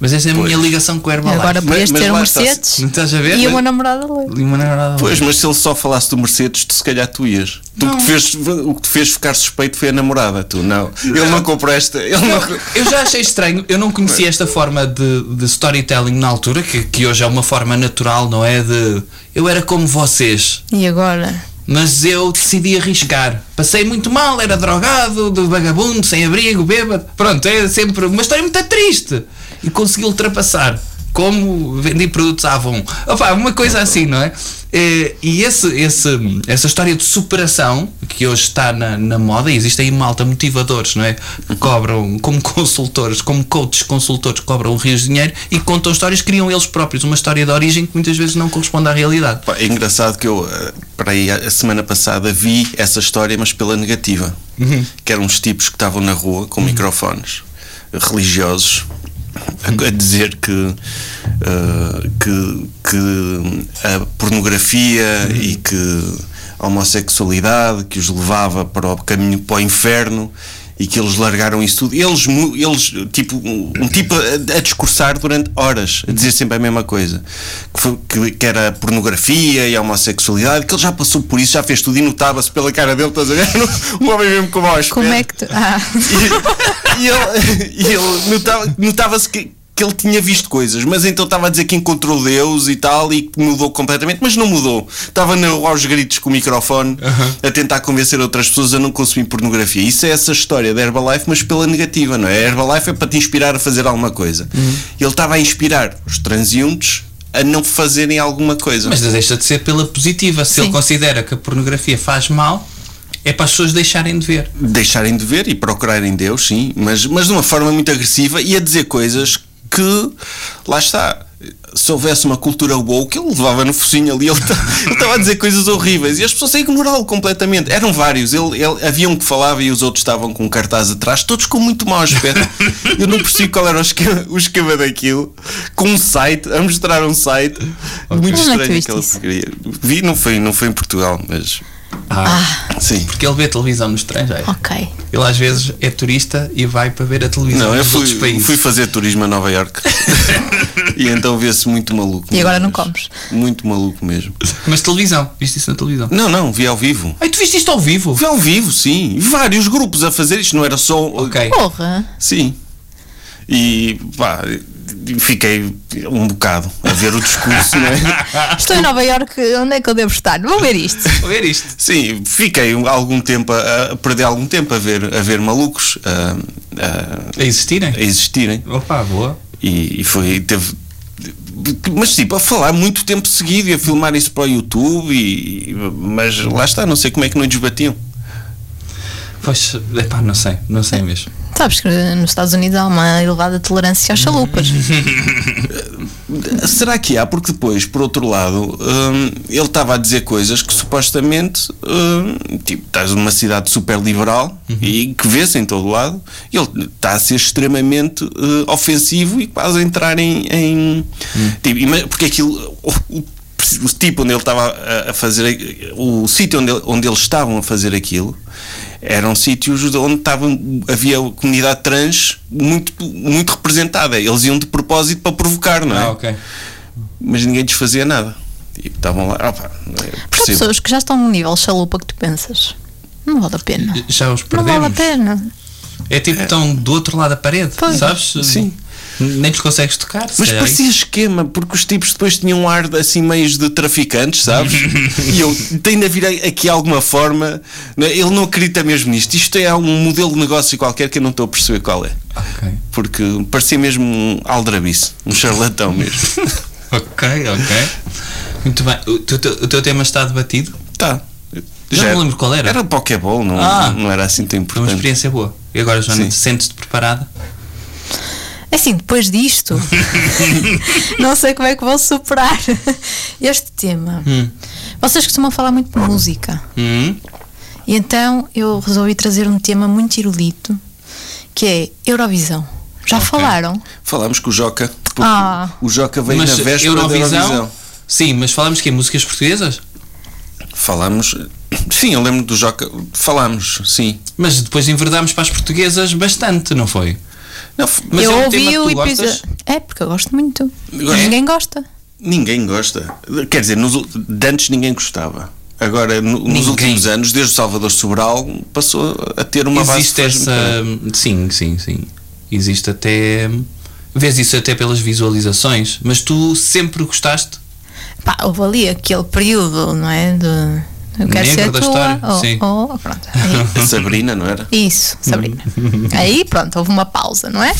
B: Mas essa é a minha ligação com o Herbalife.
E: Agora podias
C: mas
E: ter um
C: lá está-se.
E: Mercedes
B: Estás a ver?
E: e uma namorada loira.
B: E uma namorada
C: Pois, mas se ele só falasse do Mercedes, tu se calhar tu ias. Tu que te fez, o que te fez ficar suspeito foi a namorada, tu não. Ele não comprou esta. Ele não.
B: Eu já achei estranho, eu não conhecia esta forma de, de storytelling na altura, que, que hoje é uma forma natural, não é? De eu era como vocês,
E: E agora?
B: mas eu decidi arriscar. Passei muito mal, era drogado, de vagabundo, sem abrigo, bêbado. Pronto, é sempre uma história muito triste. E consegui ultrapassar. Como vendi produtos à Avon. Opa, uma coisa assim, não é? Eh, E esse, esse- essa história de superação que hoje está na, na moda, e existem aí malta motivadores, não é? Que cobram como consultores, como coaches consultores, cobram rios de dinheiro e contam histórias, criam eles próprios uma história de origem que muitas vezes não corresponde à realidade.
C: Pá, É engraçado que eu, eh, para aí, a semana passada vi essa história, mas pela negativa. Que eram uns tipos que estavam na rua com microfones religiosos a, a dizer que, eh, que, que a pornografia e que a homossexualidade que os levava para o caminho para o inferno e que eles largaram isso tudo. Eles, mu- eles tipo, um um tipo a, a discursar durante horas, a dizer sempre a mesma coisa. Que, foi- que, que era a pornografia e a homossexualidade, que ele já passou por isso, já fez tudo e notava-se pela cara dele, estás a ver? Um homem mesmo com voz.
E: Como é que tu. Ah,
C: E, e ele, e ele notava- notava-se que, que ele tinha visto coisas, mas então estava a dizer que encontrou Deus e tal e que mudou completamente, mas não mudou. Estava na rua aos gritos com o microfone a tentar convencer outras pessoas a não consumir pornografia. Isso é essa história da Herbalife, mas pela negativa, não é? A Herbalife é para te inspirar a fazer alguma coisa. Ele estava a inspirar os transeuntes a não fazerem alguma coisa.
B: Mas deixa de ser pela positiva. Se
E: Sim.
B: ele considera que a pornografia faz mal, é para as pessoas deixarem de ver.
C: deixarem de ver e procurarem Deus, sim, mas, mas de uma forma muito agressiva e a dizer coisas que, lá está, se houvesse uma cultura woke, ele levava no focinho ali, ele estava a dizer coisas horríveis e as pessoas a ignorá-lo completamente. Eram vários, ele, ele, havia um que falava e os outros estavam com um cartaz atrás, todos com muito mau aspecto. Eu não percebo qual era o esquema, o esquema daquilo, com um site, a mostrar um site, muito
E: Mas onde é
C: estranho
E: que tu viste
C: aquela
E: isso?
C: porcaria. Vi, não foi, não foi em Portugal, mas sim.
B: Ah, Porque ele vê televisão no estrangeiro.
E: Ah. ok.
B: Ele às vezes é turista e vai para ver a televisão
C: Não, eu
B: dos outros
C: Então fui,
B: países.
C: fui fazer turismo a Nova York e então vê-se muito maluco.
E: E agora não
C: mesmo.
E: comes.
C: Muito maluco mesmo.
B: Mas televisão, viste isso na televisão.
C: Não, não, vi ao vivo.
B: Ai, tu viste isto ao vivo?
C: Vi ao vivo, sim. Vários grupos a fazer isto, não era só.
B: Ok.
E: Porra!
C: Sim. E pá, fiquei um bocado a ver o discurso, não é?
E: Estou
B: Ah.
E: em Nova Iorque, onde é que eu devo estar? Vou ver isto.
B: Vou ver isto.
C: Sim, fiquei um, algum tempo a, a perder algum tempo a ver, a ver malucos a, a-
B: A existirem?
C: a existirem.
B: Opa, boa.
C: E, e foi. Teve, mas tipo, a falar muito tempo seguido e a filmar isso para o YouTube. E, mas lá está, não sei como é que não lhes batiam.
B: Pois, epá, não sei, não sei mesmo.
E: Sabes que nos Estados Unidos há uma elevada tolerância aos chalupas.
B: Uhum.
C: Será que há? Porque depois, por outro lado, hum, ele estava a dizer coisas que supostamente hum, tipo, estás numa cidade super liberal e que vês em todo lado, e ele está a ser extremamente eh, ofensivo e quase a entrar em. em- tipo, ima- porque aquilo. o- o- o tipo onde ele estava a- a fazer o sítio onde, onde eles estavam a fazer aquilo eram sítios de onde estavam, havia comunidade trans muito, muito representada eles iam de propósito para provocar não é?
B: Ah, ok.
C: mas ninguém lhes fazia nada e estavam lá opa, é
E: Porque há
C: possível.
E: pessoas que já estão num nível chalupa que tu pensas. Não vale a pena.
B: Já os
E: Não
B: perdemos.
E: vale a pena.
B: É tipo tão do outro lado da parede,
E: Pois.
B: sabes?
C: Sim.
B: Nem te consegues tocar. se
C: mas
B: calhar é
C: parecia esquema porque os tipos depois tinham um ar de- assim meios de traficantes sabes e eu tem de haver aqui alguma forma não é? ele não acredita mesmo nisto isto é um modelo de negócio qualquer que eu não estou a perceber qual é
B: Ok.
C: porque parecia mesmo um aldrabice, um charlatão mesmo.
B: Ok, ok. Muito bem. O teu, teu- o teu tema está debatido?
C: tá.
B: Já não lembro qual era.
C: Era Pokéball, não,
B: Ah.
C: não era assim
B: Foi
C: tão
B: uma
C: importante.
B: experiência boa. E agora, Joana,
C: Sim.
B: sentes-te preparada?
E: É Assim, depois disto, não sei como é que vou superar este tema. Vocês costumam falar muito de música.
B: Hum?
E: E então eu resolvi trazer um tema muito erudito, que é Eurovisão. Já falaram?
C: Falámos com o Joca. porque
E: Ah.
C: O Joca veio na véspera da Eurovisão.
B: Sim, mas falamos que é músicas portuguesas?
C: Falámos Sim, eu lembro do Joca. Falámos, sim.
B: Mas depois enverdámos para as portuguesas bastante, não foi?
C: Não, f-
B: Mas
E: eu
B: é um tema que
E: ouvi
B: tu
E: o
B: gostas?
E: episódio. É, porque eu gosto muito.
C: Gosto.
E: Ninguém gosta.
C: Ninguém gosta. Quer dizer, nos, ul- de antes ninguém gostava. Agora, no- nos
B: Ninguém.
C: últimos anos, desde o Salvador Sobral, passou a ter uma
B: Existe
C: base.
B: essa. Sim, sim, sim. Existe até. Vês isso até pelas visualizações, mas tu sempre gostaste
E: Pá, houve ali aquele período, não é? De eu quero
B: Negro
E: ser
B: da
E: tua.
B: história,
E: ou-
B: sim.
E: ou- pronto, aí-
C: A Sabrina, não era?
E: Isso, Sabrina.
C: Uhum.
E: Aí, pronto, houve uma pausa, não é?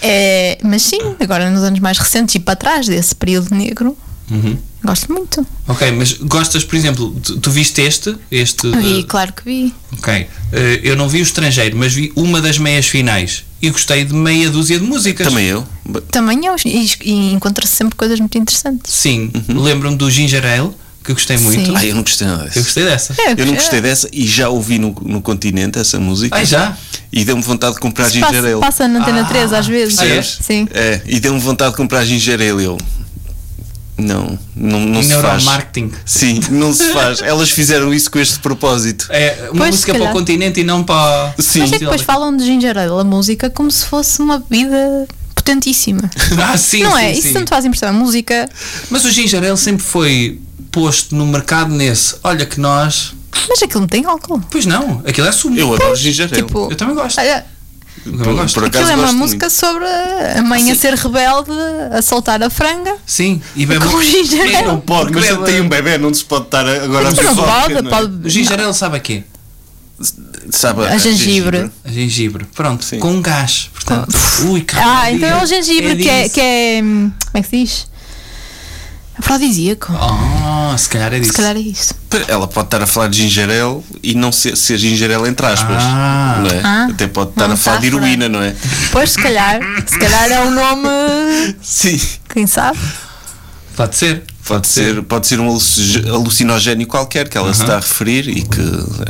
E: É, Mas sim, agora nos anos mais recentes e para trás desse período negro,
C: Uhum.
E: gosto muito.
B: Ok, mas gostas, por exemplo, tu, tu viste este? Este.
C: Uhum.
E: Vi,
B: uh,
E: claro que vi.
B: ok. Uh, eu não vi o estrangeiro, mas vi uma das meias finais e gostei de meia dúzia de músicas.
C: Também eu.
E: Também eu, e, e encontra-se sempre coisas muito interessantes.
B: Sim. Lembro-me do Ginger Ale, que eu gostei muito.
E: Sim.
C: Ah, Uhum. eu não gostei nada
B: Eu
C: dessa.
B: gostei dessa.
E: É,
C: Eu não
E: é,
C: gostei dessa e já ouvi no, no continente essa música.
B: Ai, já?
C: E deu-me vontade de comprar
E: se
C: ginger ale.
E: Passa, passa na antena
B: Ah,
E: 3 às vezes.
B: percebes?
E: Sim.
C: É, e deu-me vontade de comprar ginger ale. Eu. Não, não, não se faz.
B: Neuromarketing.
C: Sim, não se faz. Elas fizeram isso com este propósito.
B: É uma
E: Pois,
B: música para o
E: se calhar.
B: continente e não para.
C: Sim.
E: Mas é que depois falam de Ginger Ale, a música, como se fosse uma bebida potentíssima.
B: Ah, sim,
E: não
B: sim,
E: é?
B: sim.
E: Isso não te faz impressão. A música.
B: Mas o Ginger Ale sempre foi posto no mercado nesse. Olha que nós.
E: Mas aquilo não tem álcool.
B: Pois não, aquilo é sumo.
C: Eu adoro ginger ale.
E: Tipo,
B: Eu também gosto.
E: olha,
B: Eu gosto.
C: por
E: aquilo
C: acaso
E: é uma
C: gosto
E: música sobre a mãe a ser rebelde, a soltar a franga.
B: Sim, e bebe. um-
E: Com ginger ale.
C: Não pode, mas
B: Bebe-
C: ele tem um bebê, não se pode estar agora
E: Mas
C: a
E: não
C: fofoca,
E: pode,
C: não é?
B: O
E: pode.
B: Ginger ale sabe a quê?
C: Sabe,
E: A gengibre.
B: A gengibre. Pronto,
C: Sim.
B: com gás. Portanto, ui, caramba,
E: Ah, então é o gengibre que, é,
B: disso.
E: que é. hum, Como é que se diz? Afrodisíaco.
B: Oh, se calhar é disso.
E: Se calhar é isso.
C: Ela pode estar a falar de ginger ale e não ser, ser ginger ale entre aspas.
B: Ah.
C: não é?
E: Ah.
C: Até pode estar
E: Uma
C: a falar de
E: metáfora.
C: heroína, não é?
E: Pois, se calhar. Se calhar é um nome.
C: Sim.
E: Quem sabe? é-
B: Pode ser.
C: Pode ser, pode ser um aluci- alucinogénio qualquer que ela se está a referir e que.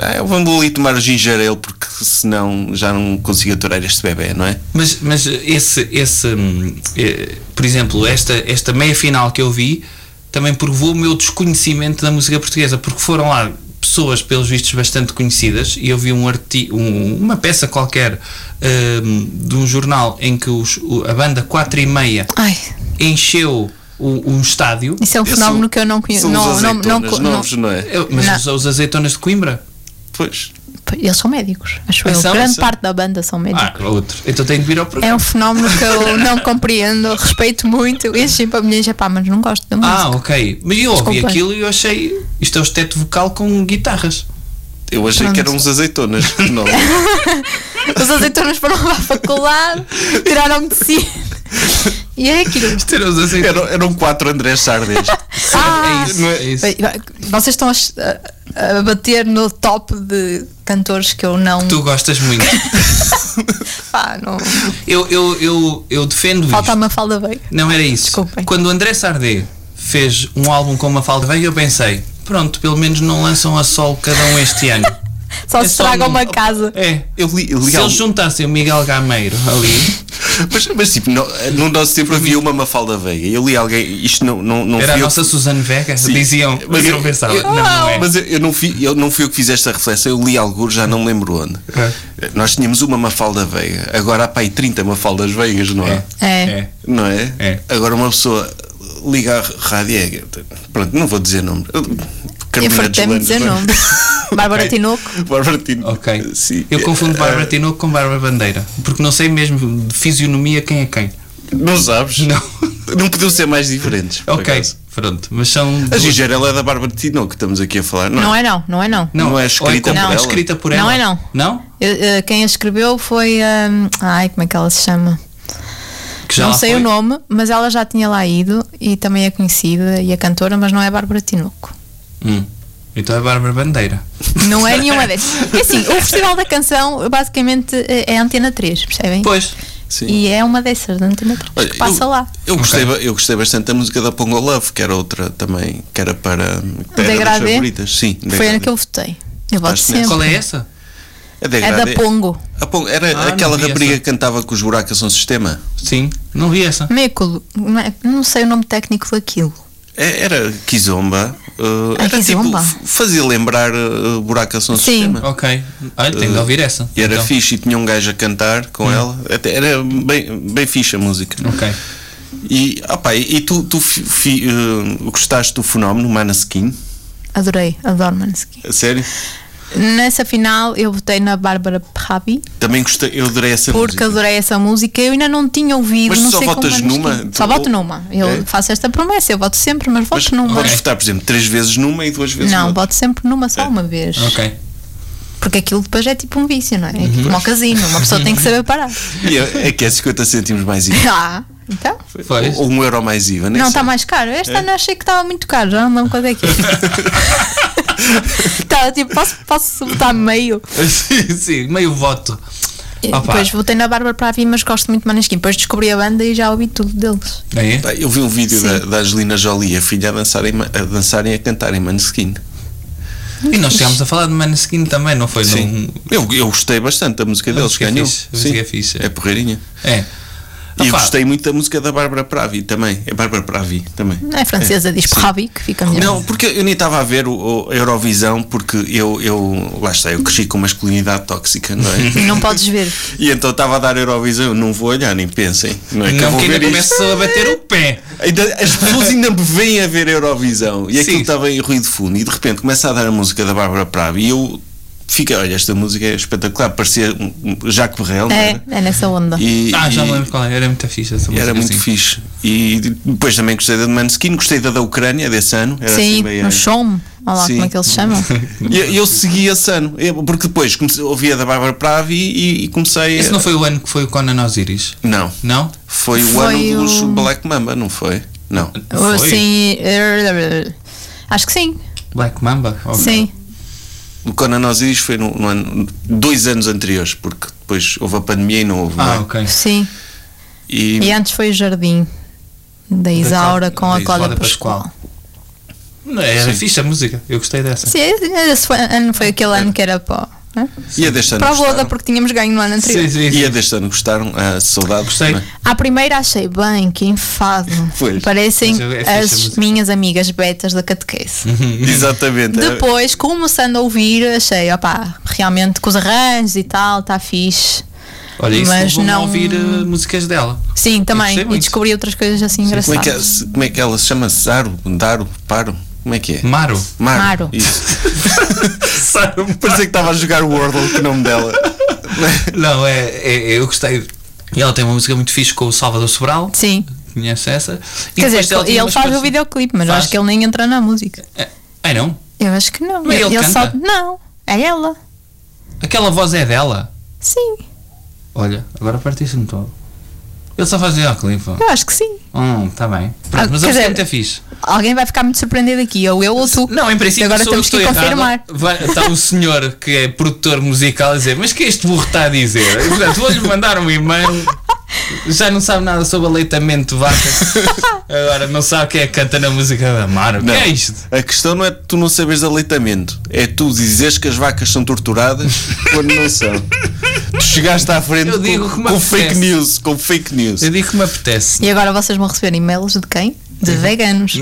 C: Ah, eu vou ali tomar o ginger ale porque senão já não consigo aturar este bebê, não é?
B: Mas, mas esse, esse hum, eh, por exemplo, esta, esta meia final que eu vi também provou o meu desconhecimento da música portuguesa, porque foram lá pessoas, pelos vistos, bastante conhecidas, e eu vi um arti um- uma peça qualquer hum, de um jornal em que os- o- a banda 4 e meia
E: Ai,
B: encheu o- um estádio.
E: isso é um
C: Eu
E: fenómeno
C: sou-
E: que eu não conheço.
C: São
E: Não,
C: os
E: não, não,
C: azeitonas novos, não é?
B: Eu- mas
E: Não.
B: os, os azeitonas de Coimbra?
C: Pois.
E: Eles são médicos, acho
B: Ah,
E: eu.
B: são,
E: Grande
B: são.
E: parte da banda são médicos.
B: Ah, outro. Então tenho de vir ao programa.
E: É um fenómeno que eu não compreendo, respeito muito. Esse tipo a minha diz, pá, mas não gosto da música.
B: Ah, ok. Mas eu ouvi
E: Desculpa.
B: aquilo e eu achei. Isto é o teto vocal com guitarras.
C: Eu achei que
E: Pronto.
C: eram uns azeitonas. Não.
E: Os azeitonas foram para a faculdade, tiraram medicina. E é aquilo.
B: Ter os azeitonas.
C: Eram, eram quatro Andrés Sardes.
E: Ah,
B: é isso, é isso.
E: Bem, Vocês estão a ch- a, a bater no top de cantores que eu não.
B: Tu gostas muito.
E: Pá, não.
B: Eu, eu, eu, eu defendo
E: Falta a
B: isto.
E: Mafalda bem.
B: Não era isso.
E: Desculpem.
B: Quando o André Sardé fez um álbum com uma falda bem, eu pensei, pronto, pelo menos não lançam a sol cada um este ano.
E: Só
B: É
E: se traga
B: um-
E: uma casa.
B: É.
C: Eu li, eu li
B: Se
C: algo-
B: eles juntassem o Miguel Gameiro ali,
C: Mas, mas tipo, no, no nosso tempo havia uma Mafalda Veiga. Eu li alguém, isto não, não, não
B: era a
C: fui eu
B: nossa
C: que-
B: Susana Vega,
C: Sim.
B: diziam. Mas
C: Mas
B: eu
C: eu-
B: pensava,
C: eu-
B: não, não é.
C: Mas eu, eu não fui, eu não fui eu que fiz esta reflexão, eu li algo, já não me lembro onde.
B: É.
C: Nós tínhamos uma Mafalda Veiga, agora há para aí 30 Mafaldas Veigas, não é?
E: É.
B: é.
C: Não é?
B: É.
C: Agora uma pessoa liga à rádio é- Pronto, não vou dizer nome.
E: Eu
C: Carolina dos
E: fartei-me
C: Landes,
E: dizer
C: não é?
E: nomes. Bárbara Tinoco.
C: Bárbara Tinoco.
B: Ok.
C: Sim.
B: Eu confundo
C: Eh,
B: Bárbara Tinoco com Bárbara Bandeira. Porque não sei mesmo de fisionomia quem é quem.
C: Eh, Não sabes?
B: Não.
C: Não podiam ser mais diferentes. por
B: Ok,
C: acaso.
B: pronto. Mas são.
C: A
B: duas-
C: Gingerela é da Bárbara Tinoco que estamos aqui a falar, não,
E: Não
C: é?
E: é não, não é não.
C: não é
B: ou
C: escrita
B: como-
C: por ela?
B: escrita por
E: Não
B: ela.
E: é não.
B: Não?
E: Eh, eh, Quem a escreveu foi. hum, ai, como é que ela se chama?
B: Que já
E: não
B: lá
E: sei
B: foi?
E: o nome, mas ela já tinha lá ido e também é conhecida e é cantora, mas não é a Bárbara Tinoco.
B: Hum. Então é Bárbara Bandeira.
E: Não é nenhuma dessas. É assim, o Festival da Canção basicamente é é a Antena 3, percebem?
B: Pois.
C: Sim.
E: E é uma dessas da Antena 3
C: Olha,
E: que passa
C: eu,
E: lá.
C: Eu gostei, ba- eu gostei bastante da música da Pongo Love, que era outra também, que era para. Que era das
E: Degradê?
C: favoritas. Sim,
E: Foi
C: Degradê.
E: a que eu votei. Eu voto
C: Votaste nessa?
E: sempre.
B: Qual é essa?
C: A
E: É
C: Degradê-
E: da Pongo.
C: A Pongo- era
B: Ah,
C: aquela
B: não vi
C: rapariga
B: essa.
C: que cantava que os buracos são sistema.
B: Sim. Não vi essa.
E: Méculo. Não é- não sei o nome técnico daquilo.
C: É- Era Kizomba. uh,
E: Ah,
C: era tipo,
E: Kizomba.
C: f- fazia lembrar uh, buracas no
E: Sim.
C: sistema.
B: Ok. Olha, tenho de ouvir essa.
C: E era
B: então. Hum.
C: fixe e tinha um gajo a cantar com ela. Até era bem, bem fixe a música.
B: Ok.
C: E, opa, e tu, tu fi- fi- eh, gostaste do fenómeno Maneskin?
E: Adorei, adoro Maneskin.
C: A sério?
E: Nessa final eu votei na Bárbara Rabi
C: Também gostei, eu adorei essa
E: porque
C: música.
E: adorei essa música. Eu ainda não tinha ouvido.
C: Mas
E: não
C: só
E: sei como
C: votas
E: Maneskin.
C: numa?
E: Só
C: Tu-
E: voto numa. Eu
C: É?
E: faço esta promessa, eu voto sempre, mas voto
C: Mas
E: numa.
C: podes votar, por exemplo, três vezes numa e duas vezes
E: Não,
C: noutra.
E: voto sempre numa
C: É.
E: só uma vez.
B: Ok. Porque
E: Porque aquilo depois é tipo um vício, não é? É
C: Uhum.
E: tipo um casino, uma pessoa tem que saber parar.
C: E é, é que é 50 cêntimos mais IVA.
E: Ah, então?
B: Pois.
C: Ou um euro mais IVA, Uhum. nem
E: Não,
C: sei. É.
E: tá está mais caro. Este ano eu achei que estava muito caro, já não lembro quanto é que é. Estava tipo, posso, posso botar meio?
B: sim, sim, meio voto.
E: E
B: Opa.
E: Depois votei na Bárbara para vir, mas gosto muito de Maneskin. Depois descobri a banda e já ouvi tudo deles.
B: Aí?
C: Pá, Eu vi um vídeo da, da Angelina Jolie e a filha a dançarem, ma- a dançarem e a cantarem Maneskin.
B: E nós chegámos a falar de Maneskin também, não foi?
C: Sim.
B: Num...
C: Eu, eu gostei bastante da música
B: A
C: deles,
B: música é
C: ganhou.
B: fixe, a música é fixe, é.
C: é porreirinha.
B: É.
C: E eu
B: Opa,
C: gostei muito da música da Bárbara Pravi também. É Bárbara Pravi também.
E: Não é francesa, diz Rabi, que fica melhor.
C: Não, porque eu nem estava a ver o, o Eurovisão, porque eu, eu, lá está, eu cresci com masculinidade tóxica, não
E: E
C: é?
E: não podes ver.
C: e então estava a dar Eurovisão, eu não vou olhar, nem pensem, não é? que eu
B: Não,
C: vou
B: que ainda
C: ver isto.
B: começou a bater o pé.
C: Ainda- as pessoas ainda me vêm a ver Eurovisão e aquilo
B: Sim.
C: estava em ruído de fundo e de repente começa a dar a música da Bárbara Pravi e eu fiquei, olha, esta música é espetacular, parecia um, um Jacques Berrel, não
E: É,
C: era?
E: é nessa onda.
C: E,
B: Ah, já
C: e-
B: me lembro qual era. Era muito fixe essa
C: e
B: música.
C: era muito
B: sim.
C: fixe. E depois também gostei da de Maneskin, gostei da da Ucrânia desse ano. Era assim
E: Sim,
C: meio-
E: no Showm. Olha lá
C: Sim.
E: como é que eles chamam.
C: E eu, eu segui esse ano, eu- porque depois comecei, ouvi a da Bárbara Pravi e, e comecei. a-
B: Esse não foi o ano que foi o Conan Osiris?
C: Não.
B: Não?
C: Foi o
E: Foi
C: ano dos
E: o-
C: Black Mamba, não foi? Não.
E: Ou
B: Foi?
E: assim. eh, Acho que sim.
B: Black Mamba? Ok.
E: Sim.
C: O Conan Osiris foi no, no ano, dois anos anteriores, porque depois houve a pandemia e não houve. não é?
B: Ah, ok.
E: Sim.
C: E,
E: E antes foi o Jardim da Isaura com
B: da
E: a Cláudia
B: Isaura Pascoal.
E: Pascoal.
B: Não, Era fixe a música. Eu gostei dessa.
E: Sim, esse foi, ano foi aquele ano que era para, né?
C: e a deste ano
E: para a Loda,
C: gostaram.
E: porque tínhamos ganho no ano anterior.
B: sim, sim.
C: E a deste ano gostaram, ah, saudades.
B: Gostei.
C: não é?
E: À primeira achei bem, que enfado.
C: Pois.
E: Parecem
B: Mas é fixe a
E: as
B: música. Uhum.
E: minhas amigas betas da catequese.
C: Exatamente.
E: Depois, começando a ouvir, achei, opá, realmente com os arranjos e tal, está fixe.
B: Olha, isso
E: Mas
B: levou-me a
E: não-
B: ouvir eh, músicas dela.
E: Sim, também.
B: gostei
E: E
B: muito.
E: descobri outras coisas assim
C: como, é que, é-
E: engraçadas.
C: se- como é que ela se chama? Zaro? Daro? Paro? Como é que é?
B: Maro.
E: Maro.
C: Isso.
B: é
C: Parecia que estava a jogar o Wordle com o nome dela.
B: Não, é, é- eu gostei. E ela tem uma música muito fixe com o Salvador Sobral.
E: Sim.
B: Conhece essa? é? E
E: Quer
B: depois
E: dizer,
B: ela
E: ele,
B: tem umas
E: faz o
B: coisas-
E: videoclipe, mas eu
B: Faz.
E: acho que ele nem entra na música.
B: É, Ai não?
E: Eu acho que não.
B: Mas ele
E: só.
B: canta?
E: Não, é ela.
B: Aquela voz é dela.
E: Sim,
B: Olha, agora partiste-me todo. Ele só faz videoclipe.
E: eu acho que sim.
B: Hum, tá bem. Pronto, mas a
E: Ah, quer
B: música é
E: dizer-
B: muito fixe.
E: Alguém vai ficar muito surpreendido aqui, ou eu ou tu.
B: Não, em princípio,
E: agora
B: se eu
E: temos que
B: estou
E: confirmar.
B: errado, vai- está um senhor que é produtor musical a dizer: Mas que este burro está a dizer? E, portanto, vou-lhe mandar um e-mail. Já não sabe nada sobre aleitamento de vaca. Agora não sabe quem é que canta na música da Mara. O que
C: Não.
B: é isto?
C: A questão não é tu não saberes de aleitamento, é tu dizeres que as vacas são torturadas quando não são. Tu chegaste à frente
B: Eu digo
C: com,
B: que me
C: com fake
B: apetece.
C: news, com fake news.
B: Eu digo que me apetece.
E: E agora vocês vão receber e-mails de quem? De
B: Uhum.
E: veganos.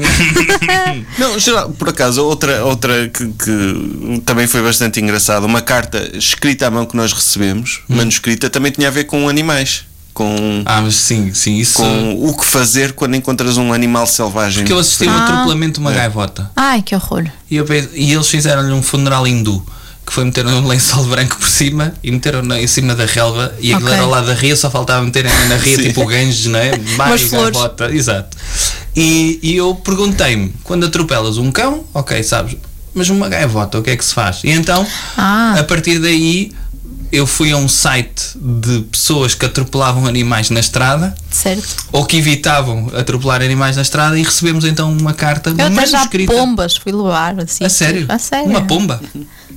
C: Não, geral, por acaso, outra, outra que, que também foi bastante engraçada, uma carta escrita à mão que nós recebemos,
B: Hum.
C: manuscrita, também tinha a ver com animais, com,
B: Ah, mas sim, sim, isso.
C: com o que fazer quando encontras um animal selvagem.
B: Porque eu assisti
E: Ah.
B: um atropelamento de
C: É.
B: uma gaivota.
E: Ai, que horror.
B: E, eu penso- e eles fizeram-lhe um funeral hindu, que foi meteram um lençol branco por cima e meteram na- em cima da relva e aquilo
E: Ok.
B: era ao lado da ria, só faltava meter na ria
C: Sim.
B: tipo o Ganges, não é?
E: Umas flores.
B: gaivota, exato. E, e eu perguntei-me, quando atropelas um cão, ok, sabes, mas uma gaivota, o que é que se faz? E então,
E: Ah.
B: a partir daí, eu fui a um site de pessoas que atropelavam animais na estrada
E: Certo?
B: ou que evitavam atropelar animais na estrada e recebemos então uma carta
E: Eu até já
B: manuscrita.
E: pombas fui levar, assim.
B: A sério?
E: A sério.
B: Uma pomba?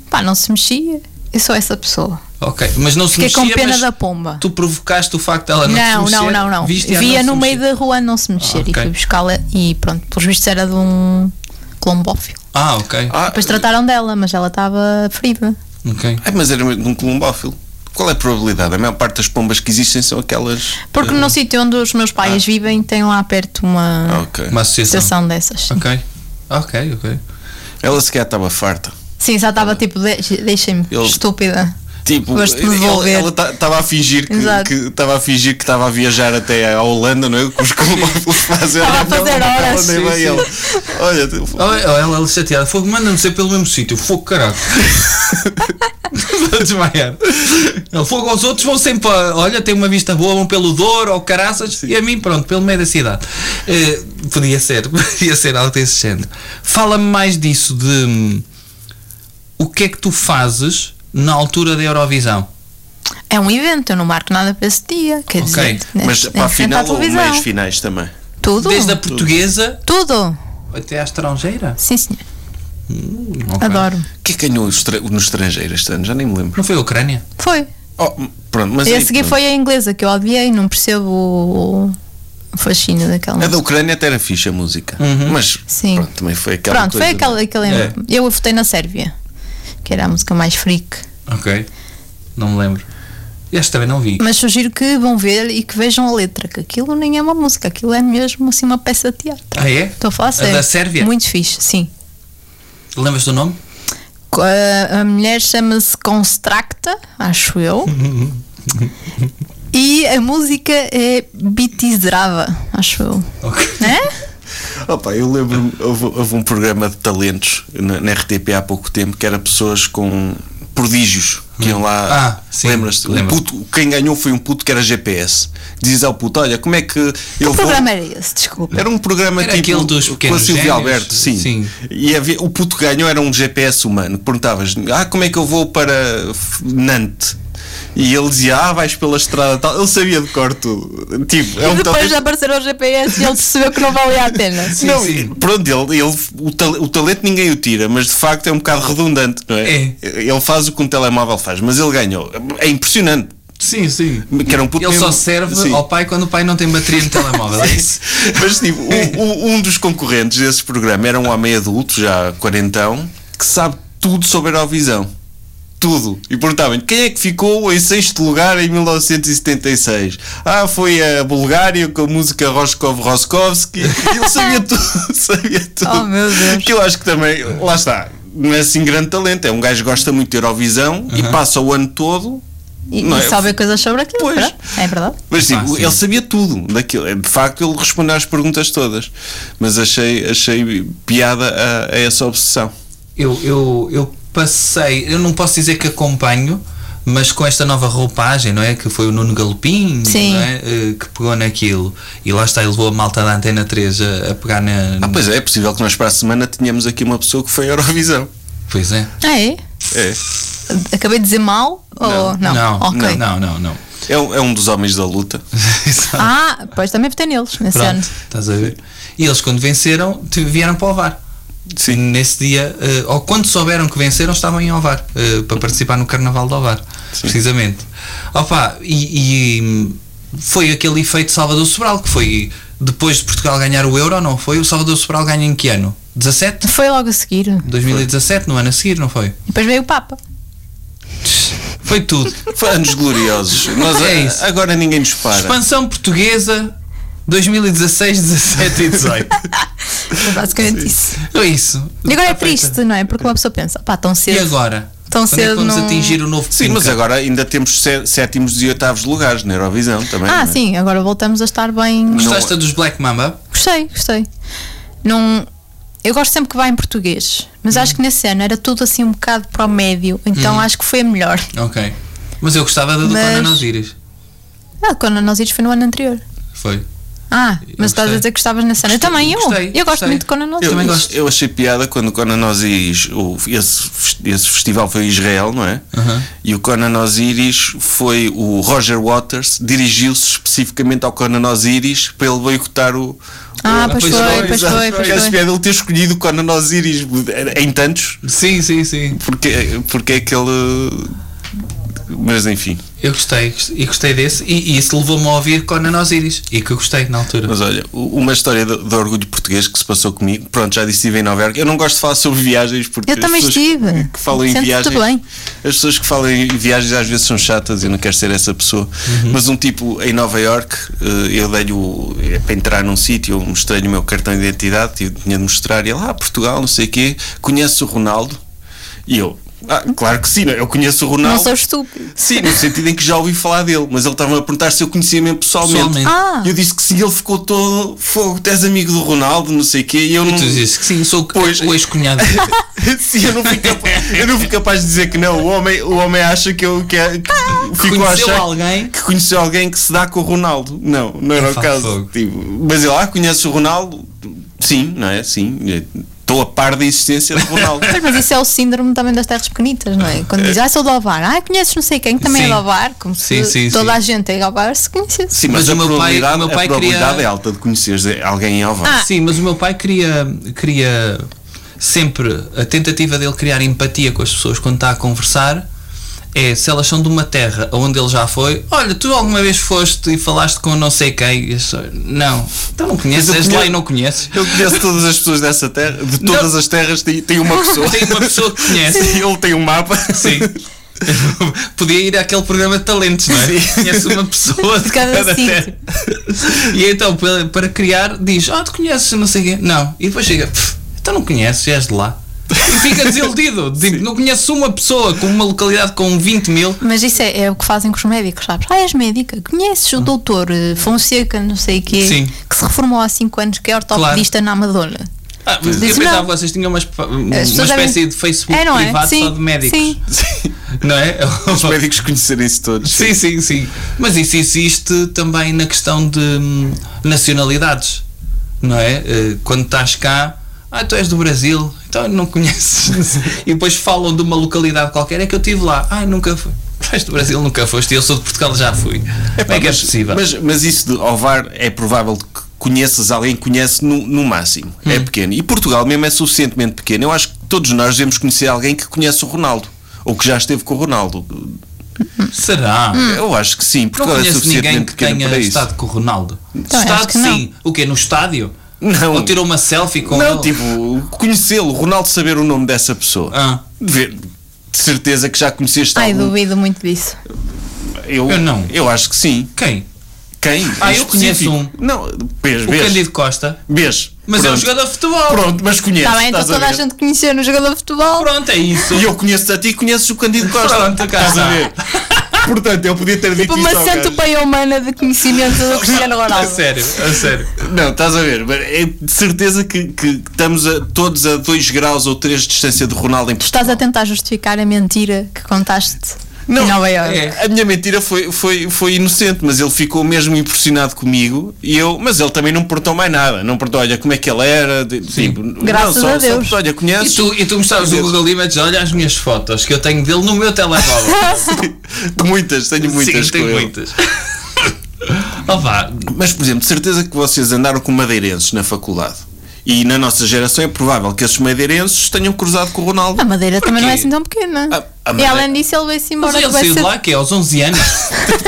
E: Pá, não se mexia. Eu sou essa pessoa.
B: Ok, mas não se
E: Fiquei
B: mexia,
E: com pena
B: mas
E: da pomba.
B: Tu provocaste o facto dela Ah, não,
E: Não,
B: se
E: não,
B: mexer,
E: não, não.
B: viste-a
E: Via
B: não
E: no
B: se
E: meio
B: mexer.
E: da rua não se mexer
B: ok.
E: e fui buscá-la e pronto, pelos vistos era de um colombófilo.
B: Ah, ok.
C: Ah,
E: Depois trataram dela, mas ela estava ferida.
B: ok.
C: ai, mas era um colombófilo. Qual é a probabilidade? A maior parte das pombas que existem são aquelas.
E: Porque
B: Ah.
E: no sítio onde os meus pais vivem tem lá perto uma
C: Ah, Ok.
B: Uma associação.
E: estação dessas.
B: Ok. Ok, ok.
C: Ela sequer estava farta.
E: Sim, já estava tipo, de- deixem-me,
C: Eles-
E: estúpida.
C: Tipo,
E: Gosto de me
C: ela-
E: devolver.
C: ela estava a fingir que
E: Exato.
C: estava a fingir que estava a viajar até à Holanda, não é? Com os colombianos fazer
E: Estava a fazer horas.
C: Holanda e vai
E: Sim,
C: ela. Olha, tu-
B: Ou Ah, ela, ela chateada, fogo, manda-me ser pelo mesmo sítio, fogo, caraca. Vou desmaiar. Ele, fogo aos outros, vão sempre, a- olha, tem uma vista boa, vão pelo Douro ou caraças, e a mim, pronto, pelo meio da cidade. Eh, podia ser, podia ser algo desse género. Fala-me mais disso, de hum, o que é que tu fazes na altura da Eurovisão?
E: É um evento, eu não marco nada para esse dia. Quer
B: Ok,
E: dizer, né,
C: mas
E: em
C: para a
E: frente à
C: final ou um
E: televisão.
C: meias finais também.
E: Tudo.
B: Desde a portuguesa
E: Tudo.
B: até à estrangeira?
E: Sim, senhor.
B: Ok.
E: Adoro.
C: Quem ganhou o estra- no estrangeiro este ano? Já nem me lembro.
B: Não foi a Ucrânia?
E: Foi.
C: Oh, pronto, mas
E: E a
C: aí,
E: seguir
C: pronto.
E: foi a inglesa que eu odiei, não percebo o o fascínio daquela.
C: A da Ucrânia até era fixe a música. Mas
E: Uhum. Sim.
C: É pronto, também foi aquela.
E: Pronto,
C: coisa
E: foi aquele. aquele
B: É.
E: Eu votei na Sérvia, que era a música mais freak.
B: Ok. Não me lembro. Este também não vi.
E: Mas sugiro que vão ver e que vejam a letra, que aquilo nem é uma música, aquilo é mesmo assim uma peça de teatro.
B: Ah, é?
E: Estou a falar
B: A
E: sério.
B: da Sérvia?
E: Muito fixe, sim.
B: Lembras do nome?
E: Co- eh, A, a mulher chama-se Constracta, acho eu. e a música é Bitizrava, acho eu.
B: Ok.
E: Né?
C: Opa, eu lembro-me, houve, houve um programa de talentos na, na RTP há pouco tempo que era pessoas com prodígios que iam lá.
B: Ah, sim,
C: Lembras-te? Um
B: lembro.
C: puto- quem ganhou foi um puto que era GPS. Diz ao puto: Olha, como é que eu
E: Que
C: vou.
E: programa era esse? Desculpa.
C: Era um programa
B: Era
C: tipo
B: aquele dos
C: com a
B: pequenos
C: Silvia
B: gênios?
C: Alberto, sim.
B: Sim.
C: E havia- o puto que ganhou era um GPS humano. Perguntavas, ah, como é que eu vou para F- Nantes? E ele dizia, ah, vais pela estrada tal. Ele sabia de cor tudo. Tipo, é
E: E
C: um
E: depois
C: talento-
E: apareceram o GPS e ele percebeu que não valia a pena.
C: não,
B: sim.
C: e- pronto, ele, ele- o, tal- o talento ninguém o tira, mas de facto é um bocado redundante, não é?
B: É.
C: Ele faz o que um telemóvel faz, mas ele ganhou. É impressionante.
B: Sim, sim.
C: Que era um puto
B: Ele só
C: mesmo-
B: serve
C: Sim.
B: ao pai quando o pai não tem bateria no telemóvel. É isso?
C: Mas tipo, o- o- um dos concorrentes desse programa era um homem adulto, já quarentão, que sabe tudo sobre a Eurovisão. Tudo. E perguntavam-lhe quem é que ficou em sexto lugar em 1976? Ah, foi a Bulgária com a música Roskov Roskovski. Ele sabia tudo, sabia tudo.
E: Oh, meu Deus.
C: Que eu acho que também, lá está, não é assim grande talento. É um gajo que gosta muito de Eurovisão e passa o ano todo
E: E,
C: Não
E: e
C: é?
E: sabe coisas sobre aquilo,
C: Pois.
E: pronto. é verdade?
C: Mas
B: Ah,
C: tipo,
B: sim.
C: ele sabia tudo daquilo. É, De facto, ele respondeu às perguntas todas. Mas achei, achei piada a, a essa obsessão.
B: Eu, eu, eu passei, eu não posso dizer que acompanho, mas com esta nova roupagem, não é? Que foi o Nuno Galopim
E: Sim.
B: não é? Eh, que pegou naquilo e lá está, ele levou a malta da Antena 3 a, a pegar na.
C: Ah, pois é, é possível que nós para a semana tenhamos aqui uma pessoa que foi à Eurovisão.
B: Pois é.
E: Ah, é?
C: É.
E: Acabei de dizer mal? ou não?
B: não,
E: Ok.
B: não, não, não.
C: É um, é um dos homens da luta.
B: Exato.
E: Ah, pois também votei neles nesse ano.
B: Pronto, estás a ver? E eles, quando venceram, te- vieram para o VAR.
C: Sim.
B: Nesse dia, eh, ou quando souberam que venceram, estavam em Ovar eh, para participar no Carnaval de Ovar, precisamente. Opa, e, e, hum, foi aquele efeito Salvador Sobral, que foi depois de Portugal ganhar o Euro, não foi? O Salvador Sobral ganha em que ano? 17?
E: Foi logo a seguir.
B: 2017, no ano a seguir, não foi?
E: E depois veio o Papa.
B: Foi tudo.
C: Foi anos gloriosos. Nós,
B: É isso.
C: Agora ninguém nos para.
B: Expansão portuguesa 2016, 17 e 18.
E: Foi basicamente isso.
B: É isso.
E: E agora é
B: Está feita.
E: triste, não é? Porque uma pessoa pensa, pá, tão
B: E
E: cedo.
B: agora?
E: Tão
B: Quando é que
E: cedo
B: vamos
E: não-
B: atingir o novo
C: Sim,
B: pico?
C: mas agora ainda temos sé- sétimos e oitavos lugares na Eurovisão também. não
E: Ah,
C: é?
E: sim, agora voltamos a estar bem.
B: Gostaste dos Black Mamba?
E: Gostei, gostei. Não, eu gosto sempre que vá em português, mas
B: Uhum.
E: acho que nesse ano era tudo assim um bocado para o médio, então acho que foi a melhor.
B: Ok. Mas eu gostava da do
E: Mas-
B: Conan Osiris.
E: Ah, quando nós íris foi no ano anterior.
B: Foi.
E: Ah, mas estás
B: gostei.
E: a dizer que gostavas nesse ano. Eu
B: Gostei,
E: também, eu.
B: gostei,
E: eu gosto
B: gostei.
E: muito de Conan
C: Eu,
E: Osiris.
B: Também gosto.
C: eu achei piada quando o Conan Osiris, o, esse, fes- esse festival foi em Israel, não é?
B: Aham.
C: E o Conan Osiris foi o Roger Waters, dirigiu-se especificamente ao Conan Osiris para ele boicotar o.
E: Ah,
B: Ah,
E: pois
B: pois
E: foi,
B: foi,
E: pois
C: Exato.
E: foi, pois
C: Eu acho
E: foi.
C: piada ele ter escolhido o Conan Osiris em tantos,
B: Sim, sim, sim.
C: porque, porque é que ele Mas enfim.
B: Eu gostei, gostei- e gostei desse, e, e isso levou-me a ouvir Conan Osiris, e que eu gostei na altura.
C: Mas olha, u- uma história de, de orgulho português que se passou comigo. Pronto, já disse estive em Nova Iorque. Eu não gosto de falar sobre viagens porque
E: Eu também
C: as pessoas
E: estive.
C: que- que falam em
E: Sente-te
C: viagens.
E: bem.
C: As pessoas que falam em viagens às vezes são chatas, eu não quero ser essa pessoa. Mas um tipo em Nova Iorque, eh, eu dei-lhe o- é para entrar num sítio, eu mostrei-lhe o meu cartão de identidade, eu tinha de mostrar, e ele, ah, Portugal, não sei o quê, conhece o Ronaldo? E eu, ah, claro que sim, eu conheço o Ronaldo.
E: Não sou estúpido.
C: Sim, no sentido em que já ouvi falar dele, mas ele estava a perguntar se eu conhecia mesmo pessoalmente.
B: Pessoalmente.
E: Ah.
C: E eu disse que sim, ele ficou todo fogo, tu és amigo do Ronaldo, não sei o quê, e eu não.
B: Tu dizes que sim, sou
C: Pois.
B: o ex-cunhado.
C: sim, eu não, fui capaz, eu não fui capaz de dizer que não. O homem, o homem acha que eu que, é- que ficou
B: Ah, conheceu
C: a achar
B: alguém.
C: que conheceu alguém que se dá com o Ronaldo. Não, não era
B: É
C: o
B: pá,
C: caso.
B: fogo.
C: Tipo, mas ele lá conhece o Ronaldo, sim, não é? Sim. Estou a par da existência do Ronaldo.
E: Pois, Mas isso é o síndrome também das terras pequenitas, não é? Quando diz, ah, sou de Alvar, ah, conheces não sei quem que também é
B: Sim.
E: de Alvar, como
B: Sim,
E: se
B: sim,
E: toda
B: sim.
E: a gente em Alvar se conhecesse.
C: Sim,
B: Mas
C: mas, a
B: o meu pai-
C: probabilidade,
B: o meu pai
C: a probabilidade
B: queria-
C: é alta de conheceres alguém em Alvar.
E: Ah.
B: Sim, mas o meu pai queria, queria sempre a tentativa dele criar empatia com as pessoas quando está a conversar. É, se elas são de uma terra onde ele já foi, olha, tu alguma vez foste e falaste com não sei quem, e eu só, não, então não conheces,
C: Mas eu
B: és de
C: conheço-
B: lá e não conheces.
C: Eu conheço todas as pessoas dessa terra, de todas as terras tem, tem uma pessoa.
B: Tem uma pessoa que conhece.
C: Ele tem um mapa.
B: Sim. Podia ir àquele programa de talentos, não é? Conhece uma pessoa de
E: cada
B: cada,
E: sítio.
B: terra. E então, para, para criar, diz: Ah, tu conheces, não sei o quê. Não. E depois chega: "Pff, Então não conheces, és de lá. E fica desiludido. Tipo, não conheces uma pessoa com uma localidade com 20 mil.
E: Mas isso é, é o que fazem com os médicos, sabes? Ah, és médica, conheces o doutor eh, Fonseca, não sei o quê,
B: Ah. Sim.
E: que se reformou há 5 anos, que é ortopedista na Amadora.
B: Ah, mas eu
E: Diz,
B: pensava
E: "Não."
B: que vocês tinham uma, espa- uma
E: As pessoas
B: espécie
E: devem-
B: de Facebook
E: É, não é?
B: privado só
E: Sim,
B: de médicos.
E: sim.
B: Não é?
C: Os médicos conhecerem-se todos.
B: Sim, sim, sim. Mas isso existe também na questão de hum, nacionalidades, não é? Eh, Quando estás cá, ah, tu és do Brasil, então não conheces. E depois falam de uma localidade qualquer, é que eu estive lá, ah, nunca fui. Tu és do Brasil, nunca foste, e eu sou de Portugal, já fui. Como é que é
C: mas,
B: possível?
C: Mas, mas isso de Ovar é provável que conheças alguém que conhece no, no máximo.
B: Hum.
C: É pequeno. E Portugal mesmo é suficientemente pequeno. Eu acho que todos nós devemos conhecer alguém que conhece o Ronaldo. Ou que já esteve com o Ronaldo.
B: Será?
E: Hum.
C: Eu acho que sim.
B: Hum. Não
C: Portugal é
B: conheço ninguém
C: suficientemente
B: que
C: pequeno
B: tenha
C: para isso.
B: estado com o Ronaldo.
E: acho
B: estado
E: que não.
B: sim. O quê? No estádio?
C: Não.
B: Ou tirou uma selfie com
C: Não,
B: ele?
C: tipo, conhecê-lo, Ronaldo saber o nome dessa pessoa.
B: Ah.
C: Ver- de certeza que já conheceste
E: Ai,
C: algum.
E: duvido muito disso.
C: Eu,
B: Eu não.
C: Eu acho que sim.
B: Quem?
C: Quem?
B: Ah,
C: Em
B: eu conheço
C: específico?
B: um.
C: Não, vês,
B: O
C: vês.
B: Candido Costa.
C: Vês.
B: Mas é um
C: Pronto.
B: jogador de futebol.
C: Pronto, mas conheces.
E: Está bem, então
C: estás
E: toda a,
C: ver?
E: gente conheceu no jogador de futebol.
B: Pronto, é isso.
C: E eu conheço a ti e conheces o Candido Costa.
B: Pronto, cá
C: estás a
B: está.
C: ver? Portanto, eu podia ter dito
E: Tipo uma
B: é
C: isto ao gajo.
E: centopeia humana de conhecimento do Cristiano
B: A
E: Ronaldo.
B: É sério, a sério.
C: Não, estás a ver, mas é de certeza que, que estamos a- todos a 2 graus ou 3 de distância de Ronaldo em Portugal.
E: Estás a tentar justificar a mentira que contaste em Nova Iorque.
B: é.
C: A minha mentira foi, foi, foi inocente, mas ele ficou mesmo impressionado comigo e eu, mas ele também não perguntou mais nada. Não perguntou, olha, como é que ele era. de- tipo,
E: Graças
C: não, só-
E: a
C: só
E: Deus.
C: perguntou, olha,
B: E
C: conheces?
B: tu, e tu mostravas o Google Images, olha as minhas fotos que eu tenho dele no meu telemóvel.
C: Muitas, tenho muitas
B: Sim,
C: com
B: tenho
C: ele.
B: muitas. Oh, vá.
C: Mas, por exemplo, de certeza que vocês andaram com madeirenses na faculdade. E na nossa geração é provável que esses madeirenses tenham cruzado com o Ronaldo.
E: A Madeira também não é
B: Porquê?
E: assim tão pequena.
C: A- a
E: E
C: Madeira-
E: além disso, ele veio-se
B: Mas
E: embora.
B: ele
E: que vai
B: saiu de
E: ser-
B: lá que é aos 11 anos.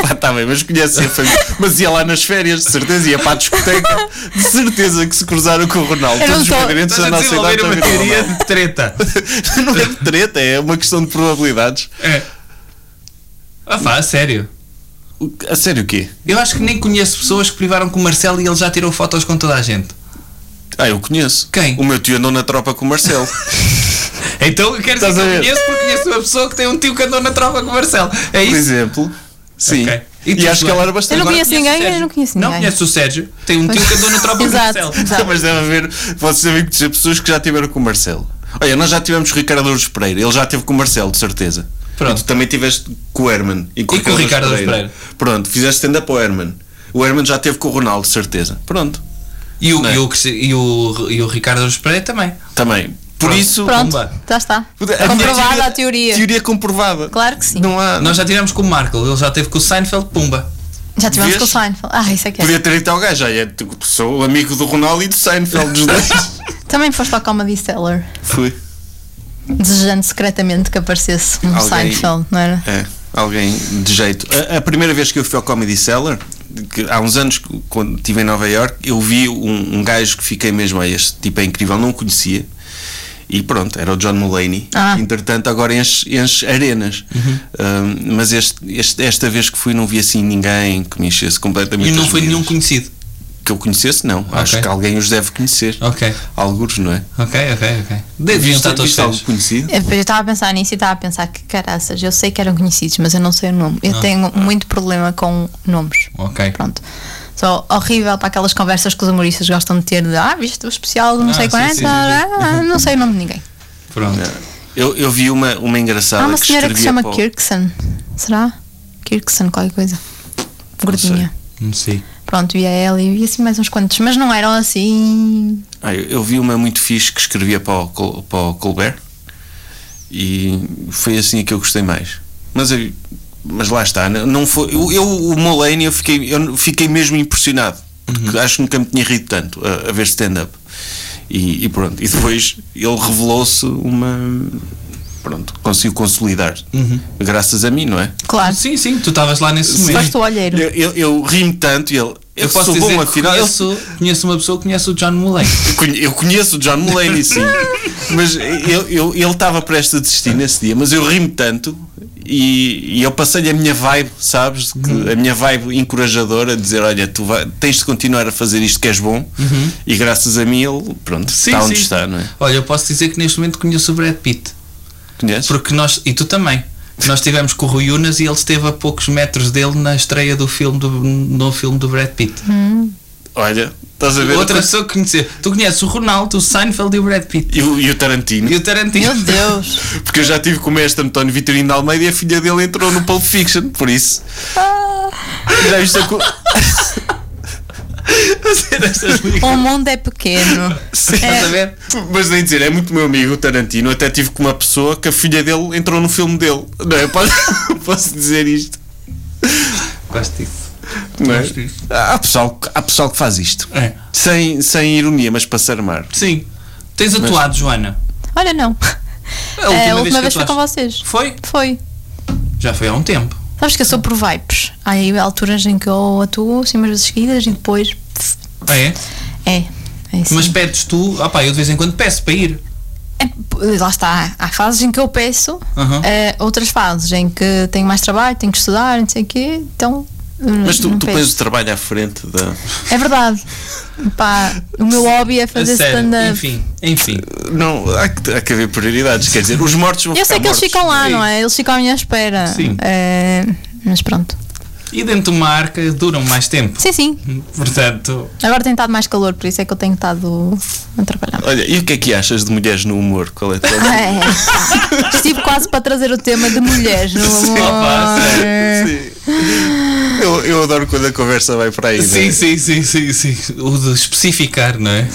C: Pá, tá bem, mas conhece a família. Mas ia lá nas férias, de certeza, ia para a discoteca. De certeza que se cruzaram com o Ronaldo.
E: Eu não
C: Todos os
E: tô-
C: madeirenses
B: Estás
C: da
B: a
C: Então nossa idade
B: desenvolver uma
C: também.
B: teoria de treta.
C: Não é de treta, é uma questão de probabilidades.
B: É. Oh, vá, a sério.
C: O- A sério o quê?
B: Eu acho que nem conheço pessoas que privaram com o Marcelo e ele já tirou fotos com toda a gente.
C: Ah, eu conheço.
B: Quem?
C: O meu tio andou na tropa com o
E: É
C: Marcelo.
B: Então eu quero dizer
C: Estás
B: que
C: a
B: eu
C: ver?
B: conheço porque conheço uma pessoa que tem um tio que andou na trova com o Marcelo. É
C: Por
B: isso?
C: exemplo. Sim.
B: Ok.
C: E,
B: tu,
C: acho que
B: Joana?
C: ela era bastante.
E: Eu não
B: Agora conheces
E: conheço
B: o
E: ninguém, eu
B: Sérgio?
E: não conheço
B: Não
E: ninguém.
B: conheces o Sérgio? Tem um tio que andou na tropa com o
E: Exato,
B: Marcelo.
E: exato.
C: Mas deve haver. Vocês sabem que dizer pessoas que já tiveram com o Marcelo. Olha, nós já tivemos com o Ricardo Aruz Pereira. Ele já teve com o Marcelo, de certeza.
B: Pronto. tá.
C: E tu também tiveste com o Herman.
B: E com o Ricardo
C: Aruz
B: Aruz Pereira.
C: Pronto, fizeste stand-up para o Herman. O Herman já teve com o Ronaldo, de certeza. Pronto.
B: E o,
C: Não é?
B: e o, Cristi- e o, e o Ricardo Aruz Pereira também.
C: Também. Por
B: Pronto.
C: isso.
E: Pronto,
B: Pumba.
E: já está.
C: minha
E: Comprovada a teoria.
C: Teoria comprovada.
E: Claro que sim.
C: Não há.
B: Nós já tivemos com o Markle, ele já teve com o Seinfeld, pumba.
E: Já tivemos
C: Vês?
E: com o Seinfeld. Ah, isso é que é.
C: Podia ter ido ao gajo, olha, tu- sou amigo do Ronaldo e do Seinfeld, dos dois.
E: Também foste ao Comedy Cellar,
C: Fui.
E: desejando secretamente que aparecesse um
C: Alguém-
E: Seinfeld, não era?
C: É. alguém de jeito. A, a primeira vez que eu fui ao Comedy Cellar, que há uns anos, quando estive em Nova York, eu vi um, um gajo que fiquei mesmo, "Ah, este tipo é incrível, não o conhecia. E pronto, era o John Mulaney.
E: Ah.
C: Entretanto, agora enche, enche arenas.
B: Uhum.
C: Um, mas este, este- esta vez que fui, não vi assim ninguém que me enchesse completamente.
B: E não
C: as
B: foi nenhum
C: medidas.
B: conhecido.
C: que eu conhecesse, não. Acho
B: Ok.
C: que alguém os deve conhecer.
B: Ok.
C: Alguns, não é?
B: Ok, ok, ok. Deviam estar todos
C: viste algo
B: sérios.
C: conhecido?
E: Eu eu estava a pensar nisso e estava a pensar que caraças, eu sei que eram conhecidos, mas eu não sei o nome. Eu tenho muito problema com nomes.
B: Ok.
E: Pronto. Só horrível para aquelas conversas que os humoristas gostam de ter de ah, viste o especial, de não
B: Ah,
E: sei
B: sim,
E: quantas,
B: sim, sim, sim.
E: ah, não sei o nome de ninguém.
B: Pronto.
C: É. Eu, eu vi uma, uma engraçada
E: Há uma
C: que
E: senhora que se
C: escrevia
E: chama
C: para o-
E: Kirkson. Será? Kirkson, qualquer coisa. Gordinha.
B: Não sei.
E: Pronto, via ela e via assim mais uns quantos, mas não eram assim.
C: Ah, eu, eu vi uma muito fixe que escrevia para o, Col- para o Colbert e foi assim a que eu gostei mais. Mas, eu- mas lá está, não, não foi. Eu, eu- o Mulaney, eu fiquei, eu fiquei mesmo impressionado porque
B: Uhum.
C: acho que nunca me tinha rido tanto a, a ver stand-up. E, e pronto, e depois ele revelou-se uma. Pronto, conseguiu consolidar.
B: Uhum.
C: Graças a mim, não é?
E: Claro.
B: Sim, sim, tu estavas lá nesse
E: Se foste
B: momento.
E: o olheiro.
C: Eu, eu, eu ri-me tanto e ele. Eu,
B: Eu posso
C: sou
B: dizer
C: bom, Tá
B: que
C: afinal. eu sou-
B: conheço, conheço uma pessoa que conhece o John Mulaney.
C: Conhe- Eu conheço o John Mulaney, sim. mas eu, eu- ele estava prestes a desistir nesse dia, mas eu ri-me tanto e, e eu passei-lhe a minha vibe, sabes? Que-
B: Hum.
C: A minha vibe encorajadora, de dizer: olha, tu vai- tens de continuar a fazer isto que és bom,
B: Uhum.
C: e graças a mim ele, pronto, está onde está, não é?
B: Olha, eu posso dizer que neste momento conheço o Brad Pitt.
C: Conheces?
B: Porque nós, e tu também, nós estivemos com o Rui Unas e ele esteve a poucos metros dele na estreia do filme do, no filme do Brad Pitt.
C: Olha, estás a ver?
B: Outra pessoa que conhecer. Tu conheces o Ronaldo, o Seinfeld e o Brad Pitt.
C: E o, e o Tarantino,
B: E o Tarantino.
E: Meu Deus!
C: porque eu já tive com o mestre António Vitorino de Almeida e a filha dele entrou no Pulp Fiction, por isso.
B: Ah.
C: Já viste a co-
B: Estas ligas,
E: o mundo é pequeno.
B: Estás a ver?
C: Mas nem dizer, é muito meu amigo o Tarantino. Até tive com uma pessoa que a filha dele entrou no filme dele. Não é? Posso, posso dizer isto?
B: Gosto disso.
C: Não é?
B: Gosto disso.
C: Há, pessoal, que- há pessoal que faz isto.
B: É.
C: Sem, sem ironia, mas para se armar.
B: Sim. Tens atuado, Joana?
E: Olha, não.
B: A
E: É, a última vez
B: que
E: foi com
B: atuaste.
E: vocês.
B: Foi?
E: Foi.
B: Já foi há um tempo.
E: Sabes que eu sou por vibes. Há aí alturas em que eu atuo assim umas vezes seguidas e depois.
C: Ah,
B: É?
E: É. É isso.
B: Mas pedes tu. Ah, pá, eu de vez em quando peço para ir.
E: É, p- lá está. Há fases em que eu peço,
B: Aham.
E: eh, outras fases em que tenho mais trabalho, tenho que estudar, não sei o quê. Então. hum,
C: Mas tu,
E: não
C: tu
E: peço.
C: pões o trabalho à frente da.
E: É verdade. Pá, o meu hobby é
B: A
E: fazer
B: sério.
E: stand-up.
B: Enfim, enfim.
C: Não, há que, há que haver prioridades. Quer dizer, os mortos vão
E: Eu sei
C: ficar
E: que eles
C: mortos.
E: ficam lá,
B: é
E: não é? Eles ficam à minha espera.
B: Sim.
E: Eh, mas pronto.
B: E dentro de uma arca duram mais tempo.
E: Sim, sim.
B: Portanto,
E: Agora tem estado mais calor, por isso é que eu tenho estado a trabalhar. Ah,
C: Olha, e o que é que achas de mulheres no humor? Qual é a tua-
E: É. Estive quase para trazer o tema de mulheres no amor.
C: Ah,
B: opa,
E: é.
C: Sim. Eu, eu adoro quando a conversa vai para aí. não é?
B: Sim, sim, sim, sim, sim. O de especificar, não é?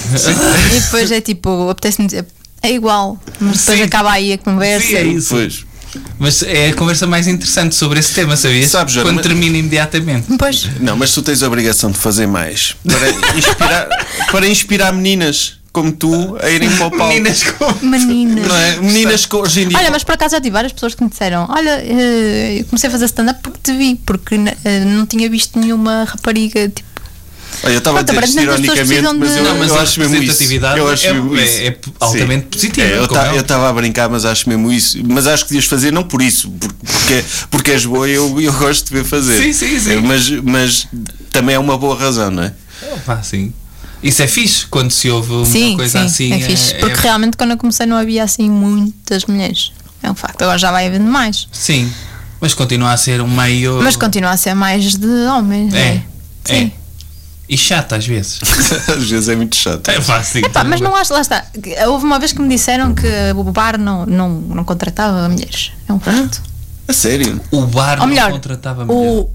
E: E depois é tipo, apetece-me dizer, é igual, mas depois
B: Sim.
E: acaba aí a conversa.
B: Sim, é isso.
C: Pois.
B: Mas é a conversa mais interessante sobre esse tema, sabias?
C: Sabes, Joana,
B: Quando
C: mas-
B: termina imediatamente.
E: Pois,
C: Não, mas tu tens a obrigação de fazer mais para inspirar, para inspirar meninas como tu a irem para o palco.
B: Meninas com.
E: meninas.
C: Não é? Meninas que hoje em dia.
E: Olha, mas por acaso já tive várias pessoas que me disseram: Olha, eh, eu comecei a fazer stand-up porque te vi, porque eh, não tinha visto nenhuma rapariga. Tipo,
C: Olha, eu estava a
E: Pronto,
C: dizer isto
E: aparentemente as
C: ironicamente,
E: pessoas precisam
C: mas
E: de-
C: eu,
E: Não,
B: mas
C: eu
B: a
C: acho mesmo isso.
B: representatividade
C: Eu acho
B: é-
C: mesmo
B: é-
C: isso.
B: é altamente
C: Sim.
B: positiva,
C: É, eu
B: como é.
C: estava a brincar, mas acho mesmo isso. Mas acho que devias fazer não por isso, por- porque, porque és boa e eu, eu gosto de ver fazer.
B: Sim, sim, sim.
C: É, Mas, mas também é uma boa razão, não é?
B: Opa, sim. Isso é fixe quando se ouve uma
E: sim,
B: coisa
E: sim,
B: assim.
E: é fixe. Porque realmente quando eu comecei não havia assim muitas mulheres. É um facto, agora já vai havendo mais.
B: Sim, mas continua a ser um meio.
E: Mas continua a ser mais de homens,
B: É,
E: né?
B: é.
E: Sim.
B: E chato às vezes.
C: Às vezes é muito chato.
B: É fácil.
E: Pá, mas não acho, lá está. Houve uma vez que me disseram que o bar não, não, não contratava mulheres. É um facto.
C: A sério.
B: O bar
E: Ou melhor,
B: Ah, não contratava melhor.
E: o,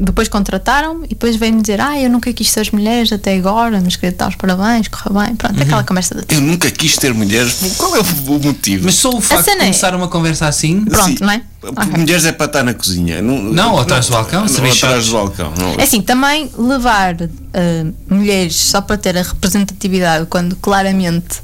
E: depois contrataram e depois vêm-me dizer: Ah, eu nunca quis ser as mulheres até agora, mas queria dar os parabéns, correu bem. Pronto,
B: Uhum.
E: aquela conversa de.
C: Eu nunca quis ter mulheres. Qual é o o motivo?
B: Mas só o facto de
E: cena é-
B: começar uma conversa assim.
E: Pronto, não é?
C: Porque
E: Ok.
C: Mulheres é para estar na cozinha. Não,
B: Não, ou atrás do balcão, Ah,
C: não,
B: servir
C: ou atrás
B: shots.
C: do balcão. não.
E: É Assim, também levar eh, ah, mulheres só para ter a representatividade quando claramente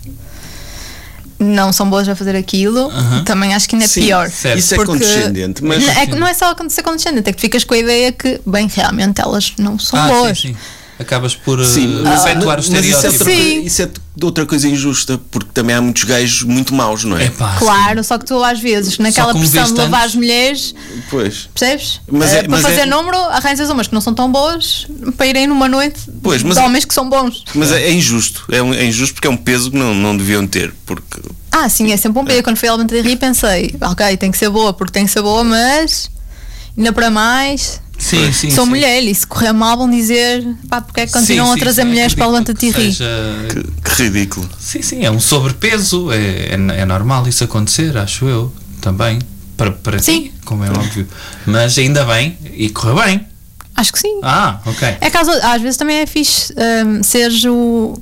E: não são boas a fazer aquilo,
B: Aham.
E: também acho que ainda é
C: Sim,
E: pior.
B: certo.
C: Isso é
E: porque-
C: condescendente, mas-
E: Não, é que não é só acontecer condescendente, é que tu ficas com a ideia que, bem, realmente elas não são
B: Ah,
E: boas.
B: sim, sim. Acabas por uh,
C: Sim, mas,
B: perpetuar os
C: mas isso, é
B: estereótipos.
C: outra,
E: Sim.
C: isso é de outra coisa injusta, porque também há muitos gajos muito maus, não é?
B: Epá,
E: Claro, só que tu às vezes, naquela
B: Ah, como
E: pressão de
B: viste
E: levar
B: antes.
E: as mulheres,
C: Pois.
E: percebes?
C: Mas
E: Eh,
C: é-
E: para
C: mas
E: fazer
C: é-
E: número, arranjas umas que não são tão boas para irem numa noite
C: Pois, mas-
E: de homens que são bons.
C: Mas é, é injusto. É, um- é injusto porque é um peso que não, não deviam ter. Porque
E: Ah, sim, é sempre um B. Quando fui ao Monte de Rio pensei, ok, tem que ser boa, porque tem que ser boa, mas ainda para mais.
B: Sim, sim,
E: sou
B: sim.
E: mulher e se correr mal vão dizer pá, porque é que continuam
B: Sim,
E: a
B: sim,
E: trazer
B: sim,
E: mulheres para o
B: acredito
E: Levanta-te e
B: que
E: Ri?
B: seja-
C: que, que ridículo.
B: Sim, sim, é um sobrepeso, é, é, é normal isso acontecer, acho eu, também, para, para
E: Sim.
B: ti, como é óbvio. Mas ainda bem, e correu bem.
E: Acho que sim.
B: Ah, ok.
E: É caso, às vezes também é fixe hum, seres o,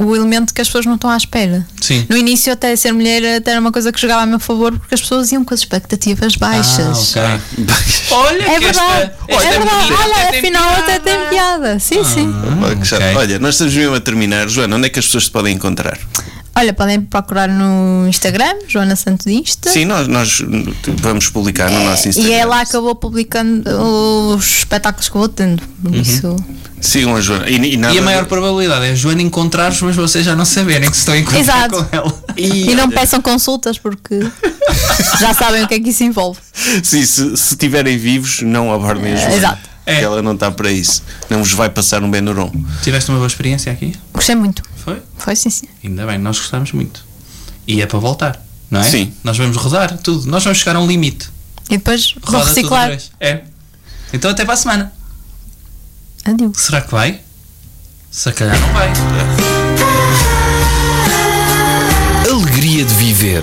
E: o elemento que as pessoas não estão à espera.
B: Sim.
E: No início, até ser mulher até era uma coisa que jogava a meu favor porque as pessoas iam com as expectativas baixas.
B: Ah, ok. Olha,
E: É
B: que esta-
E: verdade,
B: esta
E: é verdade.
B: menina até
E: Olha,
B: tem
E: afinal
B: piada. Ah.
E: até tem piada. Sim, sim.
C: Pá, que chato.
B: ok.
C: Olha, nós estamos mesmo a terminar. Joana, onde é que as pessoas te podem encontrar?
E: Olha, podem procurar no Instagram, Joana Santos Insta.
C: Sim, nós, nós vamos publicar no nosso Instagram.
E: E é lá que eu vou publicando os espetáculos que eu vou tendo. Por
C: Uhum.
E: Isso.
C: Sigam a Joana. E, e nada-
B: E a maior probabilidade é a Joana encontrar-vos, mas vocês já não saberem que se estão a encontrar
E: Exato.
B: com ela.
E: E, não peçam consultas porque já sabem o que é que isso envolve.
C: Sim, se, se tiverem vivos, não abordem a Joana.
E: exato.
B: É.
C: Que ela não está para isso. Não vos vai passar um Benuron.
B: Tiveste uma boa experiência aqui?
E: Gostei muito.
B: Foi?
E: Foi sim, sim.
B: Ainda bem, nós gostámos muito. E é para voltar, não é?
C: Sim.
B: Nós vamos rodar tudo, nós vamos chegar a um limite.
E: E depois vou
B: Roda tudo outra
E: reciclar.
B: vez. É. Então até para a semana.
E: Adeus.
B: Será que vai? Se calhar não vai.
F: Alegria de viver.